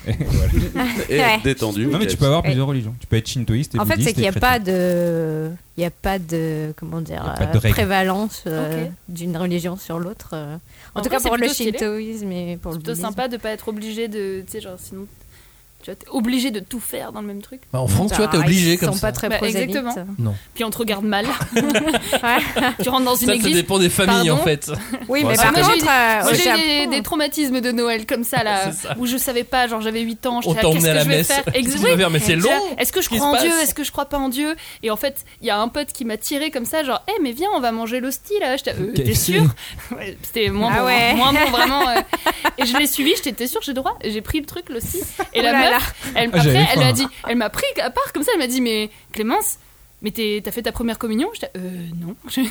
Speaker 4: Et
Speaker 2: Ouais.
Speaker 4: détendu.
Speaker 6: Non mais
Speaker 4: ok.
Speaker 6: tu peux avoir
Speaker 1: Eh.
Speaker 6: plusieurs religions. Tu peux être shintoïste et
Speaker 2: En fait,
Speaker 6: bouddhiste
Speaker 2: c'est qu'il n'y
Speaker 6: et
Speaker 2: a
Speaker 6: chrétien.
Speaker 2: pas de. Il n'y a pas de. Comment dire
Speaker 6: Il y a pas de
Speaker 2: euh,
Speaker 6: règle.
Speaker 2: Prévalence euh,
Speaker 5: Ok.
Speaker 2: d'une religion sur l'autre. euh. En,
Speaker 5: En
Speaker 2: tout
Speaker 5: vrai,
Speaker 2: cas,
Speaker 5: c'est
Speaker 2: pour le
Speaker 5: plutôt stylé.
Speaker 2: shintoïsme et pour
Speaker 5: C'est
Speaker 2: le
Speaker 5: plutôt
Speaker 2: bouddhisme.
Speaker 5: sympa de pas être obligé de. Tu sais, genre, sinon. Tu vois, t'es obligé de tout faire dans le même truc.
Speaker 1: Bah, en France, tu vois, t'es
Speaker 2: Ah,
Speaker 1: obligé
Speaker 2: ils
Speaker 1: comme
Speaker 2: sont
Speaker 1: ça.
Speaker 2: pas très
Speaker 5: Bah,
Speaker 2: prosélytes.
Speaker 5: exactement. Puis on te regarde mal.
Speaker 2: Ouais.
Speaker 5: tu rentres dans une
Speaker 1: Ça, ça
Speaker 5: église.
Speaker 1: dépend des familles
Speaker 5: Pardon
Speaker 1: en fait.
Speaker 2: Oui,
Speaker 1: Bon,
Speaker 2: mais
Speaker 1: ça,
Speaker 2: par
Speaker 5: moi, j'ai eu-
Speaker 2: contre, euh,
Speaker 5: Moi
Speaker 2: au
Speaker 5: j'ai eu des,
Speaker 2: Japon-
Speaker 5: des traumatismes de Noël comme ça là,
Speaker 1: C'est ça.
Speaker 5: où je savais pas, genre j'avais 8 ans,
Speaker 1: On
Speaker 5: j'étais
Speaker 1: t'a
Speaker 5: là, qu'est-ce
Speaker 1: emmené à
Speaker 5: que
Speaker 1: la
Speaker 5: je vais
Speaker 1: messe.
Speaker 5: faire Ex-
Speaker 1: Tu
Speaker 5: oui,
Speaker 1: vas faire, mais c'est
Speaker 5: Tu vois,
Speaker 1: long.
Speaker 5: Est-ce que je
Speaker 1: Qu'est-ce
Speaker 5: crois en
Speaker 1: qui se
Speaker 5: Dieu
Speaker 1: passe
Speaker 5: Est-ce que je crois pas en Dieu Et en fait, il y a un pote qui m'a tiré comme ça, genre, Eh mais viens, on va manger l'hostie là. J'étais, Euh, t'es
Speaker 6: KFC.
Speaker 5: sûr Ouais, C'était moins
Speaker 2: Ah
Speaker 5: bon,
Speaker 2: ouais.
Speaker 5: hein, moins bon vraiment. euh. Et je l'ai suivi, j'étais t'es sûr, j'ai droit. Et J'ai pris le truc l'hostie. Et la
Speaker 2: Oh là
Speaker 5: meuf, elle,
Speaker 6: Ah,
Speaker 5: après,
Speaker 6: j'avais
Speaker 5: elle
Speaker 6: faim.
Speaker 5: m'a dit, elle m'a pris à part comme ça, elle m'a dit, mais Clémence. Mais t'es- t'as fait ta première communion J'étais euh non. Il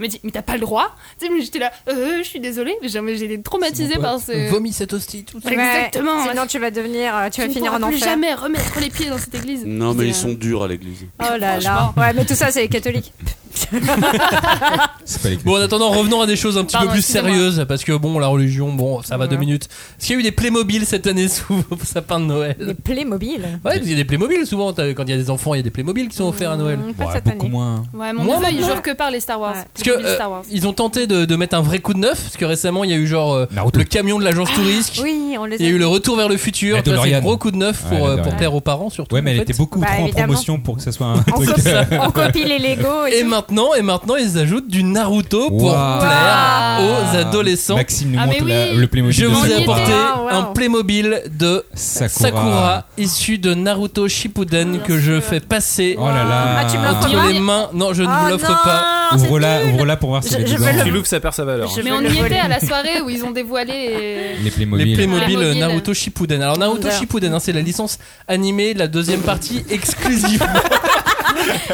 Speaker 5: m'a dit mais t'as pas le droit. Tu sais mais j'étais là euh je suis désolée mais j'ai- mais j'ai été traumatisée par ce.
Speaker 1: bah, Vomis cette hostie tout
Speaker 2: Ouais,
Speaker 5: Exactement.
Speaker 2: Sinon, tu vas devenir. euh, Tu vas
Speaker 5: ne
Speaker 2: finir en
Speaker 5: pourras plus
Speaker 2: enfer.
Speaker 5: jamais remettre les pieds dans cette église.
Speaker 4: Non, mais
Speaker 5: C'est,
Speaker 4: ils sont durs à l'église.
Speaker 2: Oh là là. Ouais, mais tout ça, c'est les catholiques.
Speaker 6: C'est pas les
Speaker 1: Bon, en attendant, revenons à des choses un petit
Speaker 5: Pardon,
Speaker 1: peu plus
Speaker 5: excusez-moi.
Speaker 1: sérieuses parce que bon, la religion, bon, ça va
Speaker 2: Ouais.
Speaker 1: deux minutes. Est-ce qu'il y a eu des Playmobil cette année sous vos sapins de
Speaker 2: Les
Speaker 1: Noël
Speaker 2: Playmobil.
Speaker 1: Ouais, il y a des Playmobil souvent. t'as- Quand il y a des enfants, il y a des Playmobil qui sont offerts à Noël.
Speaker 5: Mm.
Speaker 2: Mmh,
Speaker 6: Bon,
Speaker 2: Pas cette
Speaker 6: beaucoup
Speaker 2: année.
Speaker 1: hein.
Speaker 6: moins.
Speaker 5: Ouais, mon
Speaker 1: Moi,
Speaker 5: neveu, il
Speaker 1: maintenant-
Speaker 5: jure que par les Star Wars.
Speaker 2: Ouais.
Speaker 1: Parce que
Speaker 5: Les Star
Speaker 1: euh,
Speaker 5: Wars.
Speaker 1: ils ont tenté de, de mettre un vrai coup de neuf, parce que récemment il y a eu genre euh,
Speaker 6: Naruto.
Speaker 1: le camion de
Speaker 5: Ah,
Speaker 1: l'agence Tourisque,
Speaker 2: Oui, on les
Speaker 1: il y a eu le retour vers le futur,
Speaker 6: La
Speaker 1: tu vois, c'est un
Speaker 6: DeLorean.
Speaker 1: gros coup de neuf pour,
Speaker 6: Ouais, la
Speaker 1: euh, pour
Speaker 6: DeLorean.
Speaker 1: plaire aux parents surtout.
Speaker 6: Ouais mais
Speaker 1: en
Speaker 6: elle
Speaker 1: fait.
Speaker 6: était beaucoup
Speaker 2: Bah,
Speaker 6: trop en
Speaker 2: évidemment.
Speaker 6: promotion pour que ça soit un
Speaker 2: On,
Speaker 6: truc. euh,
Speaker 2: copie, on copie les Lego et,
Speaker 1: Et
Speaker 2: tout.
Speaker 1: maintenant, et maintenant ils ajoutent du Naruto pour
Speaker 6: Waouh.
Speaker 1: plaire aux adolescents.
Speaker 6: Maxime nous
Speaker 5: Ah, mais
Speaker 6: montre la-
Speaker 5: oui.
Speaker 6: le Playmobil
Speaker 1: Je
Speaker 6: de
Speaker 1: vous ai
Speaker 6: Sakura.
Speaker 1: apporté
Speaker 2: Wow, wow.
Speaker 1: un Playmobil de
Speaker 6: Sakura.
Speaker 1: Sakura issu de Naruto Shippuden
Speaker 5: Bien
Speaker 1: que je
Speaker 5: sûr.
Speaker 1: fais passer
Speaker 6: Oh là là.
Speaker 2: Ah, tu me l'offres
Speaker 1: entre
Speaker 2: pas
Speaker 1: les mains. Non, je ne
Speaker 2: Oh
Speaker 1: vous l'offre
Speaker 2: non,
Speaker 1: pas.
Speaker 2: c'est
Speaker 6: Ouvre-la,
Speaker 2: nul.
Speaker 6: ouvre-la pour voir si
Speaker 2: Je-
Speaker 6: elle est
Speaker 2: je
Speaker 6: dedans.
Speaker 2: veux
Speaker 3: Tu l'ouvres, ça perd sa valeur.
Speaker 2: Je
Speaker 5: Mais
Speaker 2: vais
Speaker 5: on
Speaker 2: le
Speaker 5: y
Speaker 2: voler.
Speaker 5: était à la soirée où ils ont dévoilé.
Speaker 6: Les
Speaker 1: Les
Speaker 6: Playmobil.
Speaker 1: Playmobil euh,
Speaker 5: Playmobil.
Speaker 1: Naruto Shippuden. Alors Naruto
Speaker 2: Wonder.
Speaker 1: Shippuden, hein, c'est la licence animée de la deuxième partie exclusivement.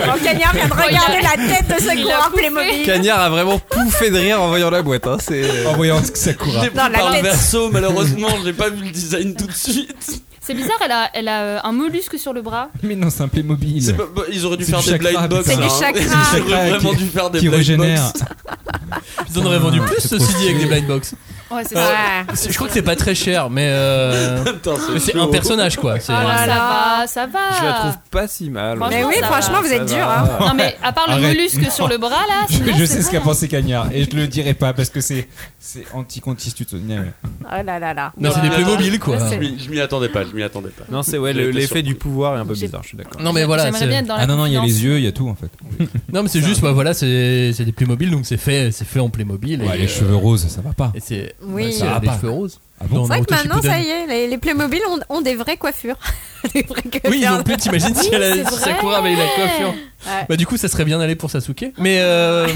Speaker 2: Mon cagnard vient de regarder la tête de ce
Speaker 5: Il a
Speaker 2: gros en
Speaker 5: poussé.
Speaker 2: Playmobil.
Speaker 3: Cagnard a vraiment pouffé de rire en voyant la boîte. Hein. C'est...
Speaker 6: En voyant Sakura.
Speaker 4: J'ai
Speaker 2: Dans
Speaker 4: pris
Speaker 2: la
Speaker 4: par le
Speaker 2: tête.
Speaker 4: verso, malheureusement, j'ai pas vu le design tout de suite.
Speaker 5: C'est bizarre, elle a, elle a euh, un mollusque sur le bras.
Speaker 6: Mais non, c'est un Playmobil.
Speaker 4: C'est pas- bah, ils auraient dû
Speaker 6: C'est
Speaker 4: faire
Speaker 6: du
Speaker 4: des
Speaker 6: chakra,
Speaker 4: blind box.
Speaker 6: putain.
Speaker 4: hein.
Speaker 2: C'est du chakra.
Speaker 4: Ils auraient
Speaker 6: Chakra
Speaker 4: vraiment
Speaker 6: qui-
Speaker 4: dû faire des
Speaker 6: qui
Speaker 4: blind
Speaker 6: régénère.
Speaker 4: box.
Speaker 1: Ils en auraient vendu
Speaker 6: Putain,
Speaker 1: plus
Speaker 6: c'est
Speaker 1: ceci
Speaker 6: trop
Speaker 1: dit avec
Speaker 6: stylé.
Speaker 1: des blind box.
Speaker 5: Ouais, c'est ça.
Speaker 2: Ah.
Speaker 1: Je crois que c'est pas très cher, mais euh,
Speaker 4: Attends,
Speaker 1: mais c'est un
Speaker 4: chaud.
Speaker 1: personnage quoi. C'est-
Speaker 5: Ah là,
Speaker 2: Voilà.
Speaker 5: ça va, ça va.
Speaker 3: Je la trouve pas si mal.
Speaker 5: Franchement,
Speaker 2: Ah. Mais oui,
Speaker 5: ça va,
Speaker 2: franchement, vous êtes
Speaker 3: ça
Speaker 2: dur.
Speaker 3: va.
Speaker 2: Hein.
Speaker 5: Non, mais à part le
Speaker 6: Arrête.
Speaker 5: mollusque
Speaker 6: Non.
Speaker 5: sur le bras là.
Speaker 6: Je,
Speaker 5: sinon,
Speaker 6: je
Speaker 5: c'est
Speaker 6: sais ce
Speaker 5: bon.
Speaker 6: qu'a pensé Cagnard et je le dirai pas parce que c'est c'est anti-constitutionnel.
Speaker 2: Oh là là là.
Speaker 1: Non, Ah, c'est des Playmobil quoi.
Speaker 4: Je m'y- Je m'y attendais pas, je m'y attendais pas.
Speaker 3: Non, c'est ouais, le-
Speaker 4: J'étais
Speaker 3: l'effet
Speaker 4: surpris.
Speaker 3: du pouvoir est un peu
Speaker 5: J'ai-
Speaker 3: bizarre, je suis d'accord.
Speaker 1: Non mais voilà,
Speaker 5: J'aimerais bien
Speaker 1: c'est-
Speaker 5: être dans la
Speaker 6: Ah non non, il y a
Speaker 5: confidence.
Speaker 6: les yeux, il y a tout en fait.
Speaker 1: non mais c'est juste, bah, voilà, c'est c'est des Playmobil donc c'est fait, c'est fait en Playmobil. et,
Speaker 6: Ouais,
Speaker 1: euh,
Speaker 6: les cheveux roses, ça va pas.
Speaker 1: et c'est,
Speaker 2: Oui.
Speaker 1: bah, c'est-
Speaker 2: Ça
Speaker 1: elle a
Speaker 6: va
Speaker 1: des
Speaker 6: pas.
Speaker 1: cheveux roses.
Speaker 6: Ah bon
Speaker 2: C'est vrai que
Speaker 1: Naruto
Speaker 2: maintenant,
Speaker 1: Shippuden.
Speaker 2: ça y est, les, les Playmobil ont, ont des vraies coiffures. des vraies coiffures.
Speaker 1: Oui, non plus, t'imagines si elle a- si Sakura avait la coiffure.
Speaker 2: Ouais.
Speaker 1: Bah du coup, ça serait bien allé pour Sasuke. Mais euh,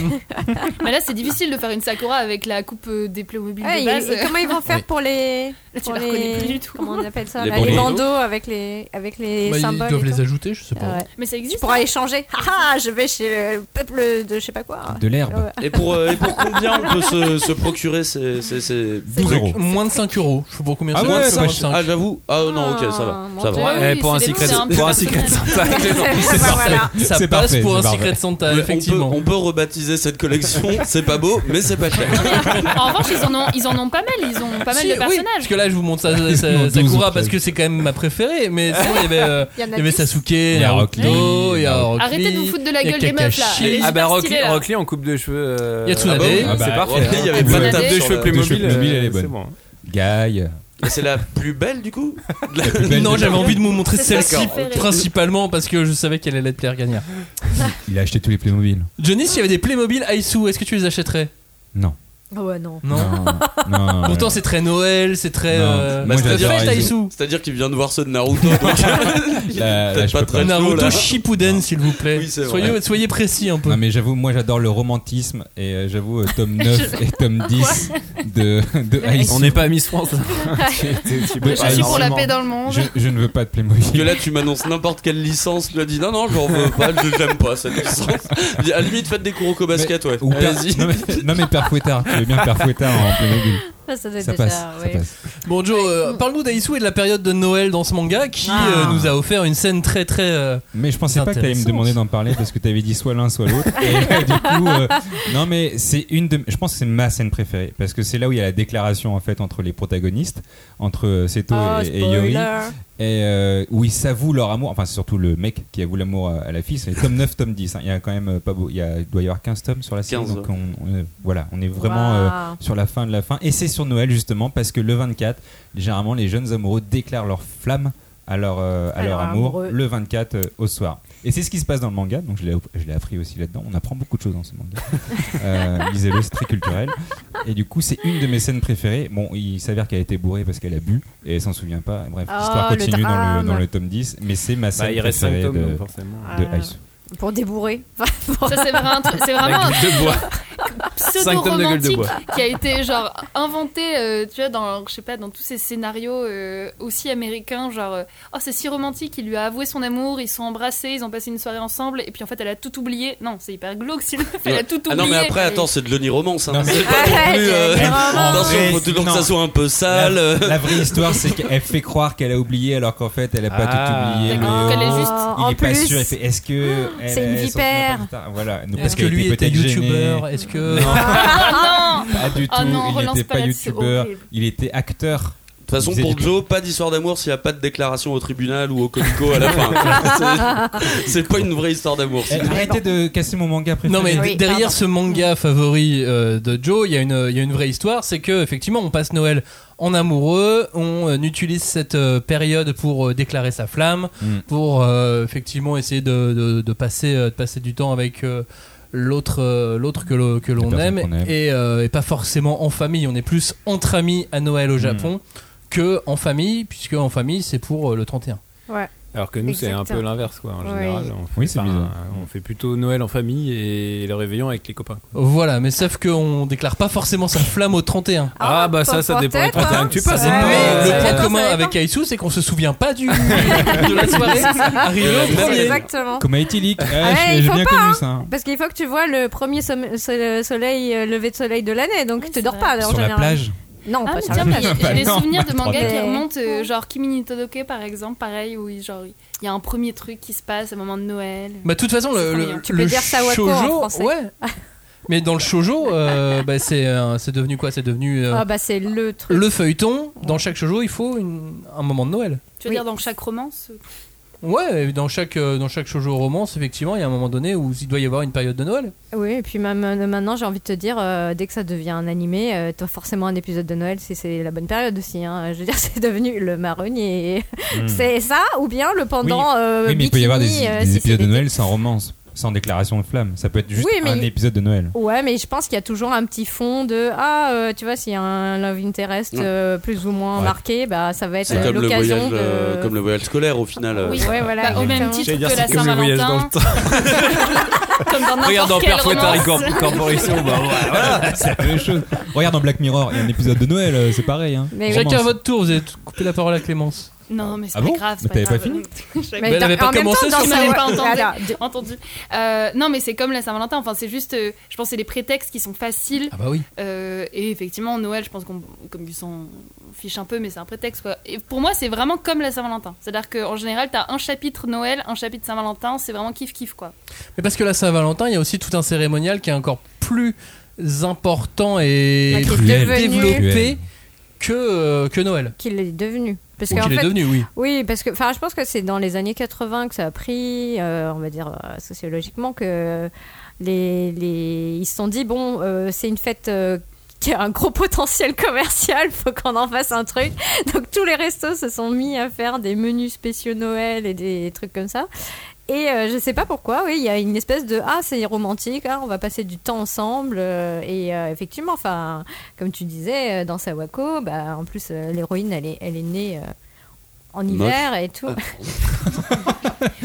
Speaker 5: Mais là, c'est difficile de faire une Sakura avec la coupe euh, des Playmobil
Speaker 2: Ouais,
Speaker 5: de
Speaker 2: et-
Speaker 5: base.
Speaker 2: et comment ils vont faire
Speaker 1: Oui.
Speaker 2: pour les.
Speaker 5: Là, tu
Speaker 2: pour
Speaker 5: la
Speaker 2: les-
Speaker 5: reconnais plus du tout.
Speaker 2: Comment on appelle ça
Speaker 4: Les
Speaker 2: là, Les
Speaker 4: bandeaux.
Speaker 2: bandeaux avec les, avec les
Speaker 1: bah, ils
Speaker 2: symboles.
Speaker 1: doivent
Speaker 2: et
Speaker 1: les
Speaker 2: tout.
Speaker 1: ajouter, je sais
Speaker 2: Ah
Speaker 1: pas.
Speaker 2: ouais.
Speaker 5: Mais ça
Speaker 2: Tu
Speaker 5: existe.
Speaker 2: pourras échanger. Ah ah, je vais chez le peuple de je sais pas quoi.
Speaker 6: De l'herbe.
Speaker 4: Et pour, euh, et pour combien on peut se, se procurer ces, ces, ces
Speaker 6: 12 euros.
Speaker 1: Moins de 5 5 euros. Je sais pas combien
Speaker 4: Ah
Speaker 1: c'est.
Speaker 4: ouais, pas
Speaker 1: 55.
Speaker 4: cher. Ah, j'avoue. Ah non, ok, ça va.
Speaker 5: Ah
Speaker 4: Ça va.
Speaker 1: Eh, pour un secret, pour un secret Santa, c'est parfait. Ça passe pour un secret Santa,
Speaker 4: On peut-
Speaker 1: effectivement.
Speaker 4: On peut, rebaptiser cette collection. C'est pas beau, mais c'est pas cher.
Speaker 5: En revanche, ils en ont, ils en ont pas mal, ils ont pas mal
Speaker 1: Si,
Speaker 5: de
Speaker 1: oui,
Speaker 5: personnages.
Speaker 1: parce que là, je vous montre ça, ça-
Speaker 6: Ils en ont douze
Speaker 1: Sakura
Speaker 6: autres,
Speaker 1: parce
Speaker 6: oui.
Speaker 1: que c'est quand même ma préférée. Mais sinon, il y avait, euh,
Speaker 5: Il y en a
Speaker 1: il y avait
Speaker 5: dix.
Speaker 1: Sasuke, il y a
Speaker 6: Rock Lee.
Speaker 1: Rokuto, il y a Rock
Speaker 5: Arrêtez de vous
Speaker 1: Lee,
Speaker 5: foutre de la
Speaker 1: il y a
Speaker 5: gueule des meufs là.
Speaker 1: Kakashi.
Speaker 5: Elle est
Speaker 3: Ah bah
Speaker 5: super
Speaker 3: Rock,
Speaker 5: stylée, là.
Speaker 3: Rock Lee en coupe de cheveux. euh,
Speaker 1: Yatsunade.
Speaker 3: ah bah oui,
Speaker 4: Ah
Speaker 3: c'est
Speaker 6: bah,
Speaker 3: parfait.
Speaker 6: Rock Lee,
Speaker 4: il y avait
Speaker 5: pas de
Speaker 3: Coupe
Speaker 5: table
Speaker 3: de
Speaker 5: sur
Speaker 3: cheveux
Speaker 4: la-
Speaker 3: Playmobil. euh,
Speaker 6: de cheveux Playmobil, elle est bonne.
Speaker 3: c'est bon.
Speaker 6: Guy.
Speaker 4: Et c'est la plus belle du coup
Speaker 6: plus belle
Speaker 1: Non,
Speaker 6: des
Speaker 1: j'avais
Speaker 6: meufs.
Speaker 1: envie de vous montrer
Speaker 5: C'est sa
Speaker 1: celle-ci
Speaker 5: préférée.
Speaker 1: principalement parce que je savais qu'elle allait être plaire gagnante.
Speaker 6: Il a acheté tous les Playmobil.
Speaker 1: Johnny, s'il y avait des Playmobil Aisu, est-ce que tu les achèterais
Speaker 6: Non.
Speaker 2: Ah ouais, non.
Speaker 1: Non.
Speaker 6: non.
Speaker 1: Pourtant, c'est très Noël, c'est très.
Speaker 6: Non.
Speaker 1: euh,
Speaker 6: Moi,
Speaker 1: très
Speaker 6: j'adore
Speaker 1: fête,
Speaker 6: Aizu.
Speaker 1: Aizu.
Speaker 4: C'est-à-dire qu'il vient de voir ceux de Naruto. donc-
Speaker 6: Là, là,
Speaker 4: Peut-être
Speaker 6: je peux
Speaker 4: pas
Speaker 6: pas.
Speaker 4: très chaud,
Speaker 1: Naruto
Speaker 4: là.
Speaker 1: Shippuden, s'il vous plaît.
Speaker 4: Oui, c'est vrai.
Speaker 1: soyez, soyez précis un peu.
Speaker 6: Non mais j'avoue, moi j'adore le romantisme et euh, j'avoue euh, tome 9 et tome 10 de, de Ice.
Speaker 3: On n'est pas à Miss France. Bah,
Speaker 5: Je suis pour la paix dans le
Speaker 6: Je,
Speaker 5: monde.
Speaker 6: je ne veux pas de
Speaker 4: Parce que
Speaker 6: Playmobil.
Speaker 4: là, tu m'annonces n'importe quelle licence. Tu as dit non, non, j'en veux pas, je j'aime pas cette licence. Je dis, À la limite, faites des Kuroko basket, ouais.
Speaker 6: Ou Père-
Speaker 4: Vas-y.
Speaker 6: non, mais, non mais Père Fouettard, tu veux bien Père Fouettard en Playmobil.
Speaker 2: Ça, ça doit être
Speaker 6: Ça
Speaker 2: déjà,
Speaker 6: passe, ça
Speaker 2: ouais.
Speaker 6: passe.
Speaker 1: Bon, Joe, euh, parle-nous d'Aisu et de la période de Noël dans ce manga qui euh, nous a offert une scène très très. euh,
Speaker 6: Mais je pensais pas que t'allais me
Speaker 1: Intéressant.
Speaker 6: demander d'en parler parce que t'avais dit soit l'un soit l'autre. Et euh, du coup, euh, non mais c'est une de, je pense que c'est ma scène préférée parce que c'est là où il y a la déclaration en fait entre les protagonistes, entre euh, Seto
Speaker 2: Oh,
Speaker 6: et, et Yori, et
Speaker 2: spoiler.
Speaker 6: euh, où ils s'avouent leur amour. Enfin, c'est surtout le mec qui avoue l'amour à, à la fille. C'est tome 9, tome 10. hein. Il y a quand même euh, pas beau, il, y a, il doit y avoir 15 tomes sur la série.
Speaker 4: 15,
Speaker 6: Donc on, on est- voilà, on est vraiment. euh,
Speaker 2: Waouh.
Speaker 6: sur la fin de la fin. Et c'est sur Noël justement parce que le 24, généralement les jeunes amoureux déclarent leur flamme à leur, euh, à
Speaker 2: À
Speaker 6: leur
Speaker 2: leur
Speaker 6: amour
Speaker 2: amoureux.
Speaker 6: le 24 euh, au soir. Et c'est ce qui se passe dans le manga, donc je l'ai, je l'ai appris aussi là-dedans. On apprend beaucoup de choses dans ce manga. Euh, Lisez-le, c'est très culturel. Et du coup, c'est une de mes scènes préférées. Bon, il s'avère qu'elle a été bourrée parce qu'elle a bu et elle s'en souvient pas. Bref,
Speaker 2: Oh,
Speaker 6: l'histoire
Speaker 2: le
Speaker 6: continue dans, le,
Speaker 2: drame.
Speaker 6: dans le tome 10, mais c'est ma scène
Speaker 3: Bah, il reste 5
Speaker 6: préférée
Speaker 3: tomes, donc,
Speaker 6: de,
Speaker 3: forcément.
Speaker 2: Ah.
Speaker 6: de
Speaker 2: Euh,
Speaker 6: Aisu.
Speaker 2: Pour débourrer. Enfin, pour-
Speaker 5: Ça, c'est vraiment un truc- c'est
Speaker 2: Ah
Speaker 5: vraiment un
Speaker 3: Deux bois. Cinq tomes de gueule de
Speaker 5: pseudo-romantique
Speaker 3: bois.
Speaker 5: qui a été genre inventé, euh, tu vois, dans, je sais pas, dans tous ces scénarios euh, aussi américains, genre, euh, oh c'est si romantique, il lui a avoué son amour, ils se sont embrassés, ils ont passé une soirée ensemble, et puis en fait elle a tout oublié. Non, c'est hyper glauque, si le fait, elle a tout oublié.
Speaker 4: Ah non, mais après, attends, c'est de l'oniromance. Hein.
Speaker 6: Non, mais-
Speaker 4: C'est pas non plus. euh,
Speaker 6: Elle- en
Speaker 4: Attention,
Speaker 6: vrai,
Speaker 4: faut toujours que
Speaker 6: non.
Speaker 4: ça soit un peu
Speaker 3: Ah,
Speaker 4: sale.
Speaker 6: La,
Speaker 4: euh.
Speaker 6: la vraie histoire, c'est qu'elle fait croire qu'elle a oublié alors qu'en fait, elle a
Speaker 3: Ah.
Speaker 6: pas tout oublié. mais
Speaker 5: D'accord. Qu'elle est
Speaker 6: oh,
Speaker 5: juste-
Speaker 6: Il
Speaker 2: en
Speaker 6: est pas
Speaker 2: plus.
Speaker 6: sûr. il fait, Est-ce que elle-
Speaker 2: C'est une
Speaker 6: elle s'en souvient
Speaker 2: vipère.
Speaker 6: pas plus tard Voilà. Donc,
Speaker 1: Est-ce que
Speaker 6: qu'elle
Speaker 1: lui était
Speaker 6: peut-être gênée.
Speaker 1: youtubeur Est-ce que.
Speaker 5: Ah non
Speaker 6: Pas du tout.
Speaker 5: Ah non,
Speaker 6: il
Speaker 5: relance
Speaker 6: n'était
Speaker 5: pas
Speaker 6: pas,
Speaker 5: là-dessus,
Speaker 6: youtubeur.
Speaker 5: horrible.
Speaker 6: Il était acteur.
Speaker 4: De toute façon, pour Joe, pas d'histoire d'amour s'il n'y a pas de déclaration au tribunal ou au comico à la fin. C'est- C'est pas une vraie histoire d'amour.
Speaker 6: Eh,
Speaker 4: c'est-
Speaker 6: Arrêtez de casser mon manga préféré.
Speaker 1: Non mais
Speaker 2: Oui,
Speaker 1: derrière
Speaker 2: pardon. Mm.
Speaker 1: ce manga favori euh, de Joe, il y, a une- il y a une vraie histoire, c'est que effectivement on passe Noël en amoureux, on euh, utilise cette euh, période pour euh, déclarer sa flamme,
Speaker 6: Mm.
Speaker 1: pour euh, effectivement essayer de, de- de passer, euh, de passer du temps avec euh, l'autre euh, l'autre que l'on que l'on
Speaker 6: personne
Speaker 1: aime,
Speaker 6: qu'on aime.
Speaker 1: Et, euh, et pas forcément en famille, on est plus entre amis à Noël au
Speaker 6: Mm.
Speaker 1: Japon. Que en famille, puisque en famille c'est pour euh, le 31.
Speaker 3: Alors que nous, c'est un peu
Speaker 2: Exactement.
Speaker 3: l'inverse, quoi. En
Speaker 2: Oui.
Speaker 3: général, on fait,
Speaker 6: Oui, c'est
Speaker 3: enfin,
Speaker 6: bizarre.
Speaker 3: on fait plutôt Noël en famille et le réveillon avec les copains. quoi.
Speaker 1: Voilà, mais sauf qu'on déclare pas forcément sa flamme au 31.
Speaker 3: Ah, bah, ça, ça dépend
Speaker 2: peut-être,
Speaker 3: du temps
Speaker 2: hein.
Speaker 3: que tu passes,
Speaker 2: Ouais,
Speaker 1: Ah
Speaker 3: hein.
Speaker 1: oui,
Speaker 2: ouais,
Speaker 1: le
Speaker 2: ça
Speaker 1: point
Speaker 2: dépend,
Speaker 1: commun
Speaker 2: ça dépend.
Speaker 1: avec Aisu, c'est qu'on se souvient pas du de la soirée arrivée au
Speaker 6: Ah,
Speaker 1: premier.
Speaker 2: Exactement.
Speaker 6: Comme Aitilic.
Speaker 2: Ah ouais, il
Speaker 6: Eh, J'ai
Speaker 2: faut
Speaker 6: bien
Speaker 2: pas,
Speaker 6: connu
Speaker 2: hein.
Speaker 6: ça. hein.
Speaker 2: Parce qu'il faut que tu vois le premier somme- so- soleil, euh, lever de soleil de l'année, donc
Speaker 5: Oui,
Speaker 2: tu
Speaker 5: c'est
Speaker 2: dors
Speaker 5: vrai.
Speaker 2: pas en
Speaker 6: Sur la
Speaker 2: général.
Speaker 6: plage.
Speaker 2: Non,
Speaker 5: Ah,
Speaker 2: pas
Speaker 5: mais
Speaker 2: sur la
Speaker 5: tiens,
Speaker 2: plage.
Speaker 5: mais j'ai- j'ai des
Speaker 6: Bah non,
Speaker 5: souvenirs de
Speaker 6: bah,
Speaker 5: mangas qui
Speaker 2: trop.
Speaker 5: remontent, euh, genre Kimi ni Todoke par exemple, pareil, où il- genre, il y a un premier truc qui se passe à un moment de Noël.
Speaker 1: Bah, de toute façon, le,
Speaker 5: C'est
Speaker 1: le-
Speaker 5: mignon.
Speaker 2: Tu peux
Speaker 1: le
Speaker 2: dire Sawako en
Speaker 1: shoujo,
Speaker 2: français.
Speaker 1: ouais. Mais dans le shoujo, euh, bah, c'est euh, c'est devenu quoi C'est devenu euh,
Speaker 2: Ah bah c'est le truc.
Speaker 1: le feuilleton. Dans chaque shoujo, il faut une- un moment de Noël.
Speaker 5: Tu veux
Speaker 2: Oui.
Speaker 5: dire dans chaque romance
Speaker 1: Ouais, et dans chaque euh, dans chaque shoujo romance, effectivement, il y a un moment donné où il doit y avoir une période de Noël.
Speaker 2: Oui, et puis même euh, maintenant, j'ai envie de te dire, euh, dès que ça devient un animé, euh, t'as forcément un épisode de Noël si c'est la bonne période aussi. hein. Je veux dire, c'est devenu le marronnier. C'est ça ou bien le pendant. euh,
Speaker 6: Hmm. Oui, mais il peut y
Speaker 2: bikini,
Speaker 6: avoir des,
Speaker 2: euh,
Speaker 6: des
Speaker 2: si c'est
Speaker 6: épisodes de
Speaker 2: l'été.
Speaker 6: Noël sans romance, sans déclaration de flamme. Ça peut être juste
Speaker 2: Oui, mais-
Speaker 6: un épisode de Noël.
Speaker 2: Ouais, mais je pense qu'il y a toujours un petit fond de ah, euh, tu vois, s'il y a un love interest euh, plus ou moins
Speaker 6: Ouais.
Speaker 2: marqué, bah ça va être
Speaker 4: C'est
Speaker 2: euh,
Speaker 4: comme le
Speaker 2: l'occasion
Speaker 4: voyage,
Speaker 2: de.
Speaker 4: euh, comme le voyage scolaire au final. euh.
Speaker 5: Oui.
Speaker 2: Ouais, voilà.
Speaker 5: Bah, au même
Speaker 2: exactement.
Speaker 5: titre
Speaker 3: J'allais dire,
Speaker 5: que la
Speaker 3: c'est comme le voyage dans
Speaker 5: Saint-Valentin.
Speaker 3: le temps.
Speaker 5: Comme dans
Speaker 3: Regarde en
Speaker 5: n'importe
Speaker 3: Père
Speaker 5: quelle
Speaker 3: Fouettard et
Speaker 5: romance.
Speaker 3: Corp- Corporation, bah,
Speaker 2: Ah,
Speaker 3: voilà.
Speaker 6: C'est la même chose. Regarde dans Black Mirror, il y a un épisode de Noël, euh, c'est pareil. Hein.
Speaker 2: Mais oui.
Speaker 1: Chacun à
Speaker 6: Romance.
Speaker 1: votre tour, vous avez coupé la parole à Clémence.
Speaker 5: Non, mais c'est
Speaker 6: Ah
Speaker 5: pas
Speaker 6: bon
Speaker 5: grave. c'est
Speaker 6: Mais t'avais pas
Speaker 5: grave.
Speaker 6: fini
Speaker 5: J'avais-
Speaker 1: Mais elle avait
Speaker 5: en
Speaker 1: pas
Speaker 5: même
Speaker 1: commencé
Speaker 5: temps,
Speaker 1: sur
Speaker 5: dans
Speaker 1: ça.
Speaker 5: sa- pas entendu.
Speaker 2: Voilà.
Speaker 5: entendu. Euh, non, mais c'est comme la Saint-Valentin. Enfin, c'est juste, euh, je pense, que c'est des prétextes qui sont faciles.
Speaker 1: Ah bah oui.
Speaker 5: Euh, et effectivement, Noël, je pense qu'on, comme ils s'en fiche un peu, mais c'est un prétexte quoi. Et pour moi, c'est vraiment comme la Saint-Valentin. C'est-à-dire qu'en général, t'as un chapitre Noël, un chapitre Saint-Valentin, c'est vraiment kiff kiff quoi.
Speaker 1: Mais parce que la Saint-Valentin, il y a aussi tout un cérémonial qui est encore plus important et
Speaker 2: Bah, Qui est
Speaker 6: Cruel.
Speaker 2: devenu-
Speaker 1: développé que, euh, que Noël.
Speaker 2: Qu'il est devenu. Parce
Speaker 1: Ou
Speaker 2: qu'en
Speaker 1: qu'il est
Speaker 2: fait,
Speaker 1: devenu, oui.
Speaker 2: Oui, parce que, enfin, je pense que c'est dans les années 80 que ça a pris, euh, on va dire euh, sociologiquement, que les, les- ils se sont dit bon, euh, c'est une fête. euh, qui a un gros potentiel commercial, faut qu'on en fasse un truc. Donc tous les restos se sont mis à faire des menus spéciaux Noël et des trucs comme ça. Et euh, je sais pas pourquoi, oui, il y a une espèce de ah c'est romantique, hein, on va passer du temps ensemble. euh, et euh, effectivement, enfin, comme tu disais, euh, dans Sawako, bah en plus euh, l'héroïne, elle est, elle est née euh, en
Speaker 4: Moche.
Speaker 2: hiver et tout.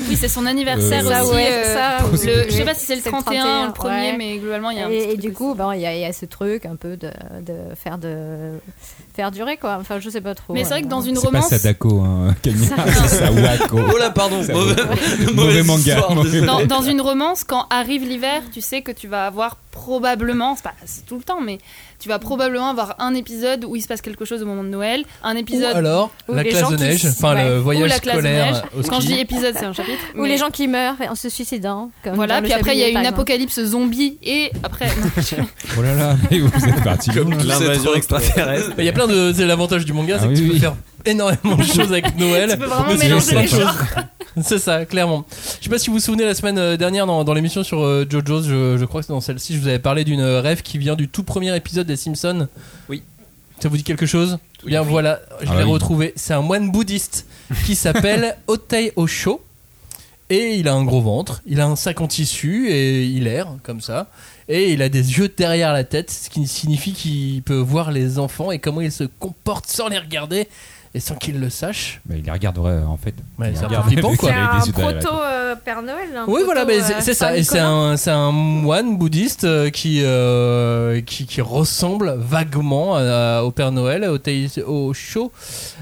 Speaker 5: Oui, c'est son anniversaire
Speaker 6: Euh,
Speaker 5: aussi.
Speaker 6: Ça,
Speaker 2: ouais,
Speaker 5: euh,
Speaker 2: ça,
Speaker 5: le-
Speaker 2: oui.
Speaker 5: je sais pas si c'est le
Speaker 2: C'est le
Speaker 5: 31, le
Speaker 2: 31,
Speaker 5: premier,
Speaker 2: ouais.
Speaker 5: mais globalement, il y a un petit
Speaker 2: Et, et
Speaker 5: truc
Speaker 2: du
Speaker 5: aussi.
Speaker 2: coup, bon, il y, a- il y a ce truc un peu de, de faire de faire durer quoi. Enfin, je sais pas trop. euh,
Speaker 5: Mais c'est vrai que dans une
Speaker 6: C'est pas
Speaker 5: romance.
Speaker 6: Sadako, hein, Camille. C'est Sawako.
Speaker 4: Oh là, pardon,
Speaker 6: Ça
Speaker 4: mauvais,
Speaker 6: Mauvais
Speaker 4: mauvaise
Speaker 6: manga,
Speaker 4: histoire,
Speaker 6: mauvais-
Speaker 4: désolé.
Speaker 5: dans, dans une romance, quand arrive l'hiver, tu sais que tu vas avoir probablement, c'est pas c'est tout le temps, mais tu vas probablement avoir un épisode où il se passe quelque chose au moment de Noël, un
Speaker 1: Ou
Speaker 5: épisode
Speaker 1: alors,
Speaker 2: Ou
Speaker 1: la
Speaker 2: les
Speaker 1: classe
Speaker 2: gens
Speaker 1: de
Speaker 2: qui
Speaker 1: neige,
Speaker 2: se-
Speaker 1: enfin
Speaker 2: ouais.
Speaker 1: le
Speaker 2: Ou
Speaker 1: voyage
Speaker 5: la classe de neige.
Speaker 1: scolaire au
Speaker 5: Quand je
Speaker 1: ski.
Speaker 5: dis épisode, c'est un chapitre.
Speaker 2: Ou
Speaker 5: mais-
Speaker 2: les gens qui meurent en se suicidant. Comme
Speaker 5: Voilà,
Speaker 2: dans le
Speaker 5: puis après il y a
Speaker 2: Chablier,
Speaker 5: une
Speaker 2: par exemple.
Speaker 5: apocalypse zombie et après. non, je-
Speaker 6: Oh là là, mais vous êtes parti.
Speaker 4: Comme tous ces
Speaker 3: L'invasion
Speaker 4: trucs.
Speaker 3: extraterrestre.
Speaker 1: Mais il y a plein de. c'est L'avantage du manga,
Speaker 6: Ah
Speaker 1: c'est que
Speaker 6: oui,
Speaker 1: tu peux
Speaker 6: oui.
Speaker 1: faire énormément de choses avec Noël.
Speaker 5: Tu peux vraiment
Speaker 1: Mais c'est
Speaker 5: mélanger
Speaker 1: plein
Speaker 5: les
Speaker 1: de choses. C'est ça, clairement. Je sais pas si vous vous souvenez la semaine euh, dernière dans, dans l'émission sur euh, JoJo's, je, je crois que c'est dans celle-ci, je vous avais parlé d'une euh, rêve qui vient du tout premier épisode des Simpsons.
Speaker 3: Oui.
Speaker 1: Ça vous dit quelque chose Eh Bien voilà, je
Speaker 6: Ah
Speaker 1: l'ai
Speaker 6: oui.
Speaker 1: retrouvé. C'est un moine bouddhiste qui s'appelle Otei Osho. Et il a un gros ventre, il a un sac en tissu et il erre comme ça. Et il a des yeux derrière la tête, ce qui signifie qu'il peut voir les enfants et comment ils se comportent sans les regarder et sans qu'ils le sachent.
Speaker 6: Bah, il les regarde ouais, en fait.
Speaker 1: Ouais,
Speaker 6: Il
Speaker 1: c'est un peu
Speaker 6: regarde.
Speaker 1: flippant quoi.
Speaker 2: C'est
Speaker 6: Il avait
Speaker 2: un
Speaker 6: des yeux derrière la
Speaker 2: proto euh, Père Noël. un
Speaker 1: Oui,
Speaker 2: proto,
Speaker 1: voilà, mais
Speaker 2: euh,
Speaker 1: c'est c'est ça. Et c'est
Speaker 2: Saint-Nicolas.
Speaker 1: un, c'est un moine bouddhiste euh, qui, euh, qui, qui ressemble vaguement à- au Père Noël, au, Tei- au Sho,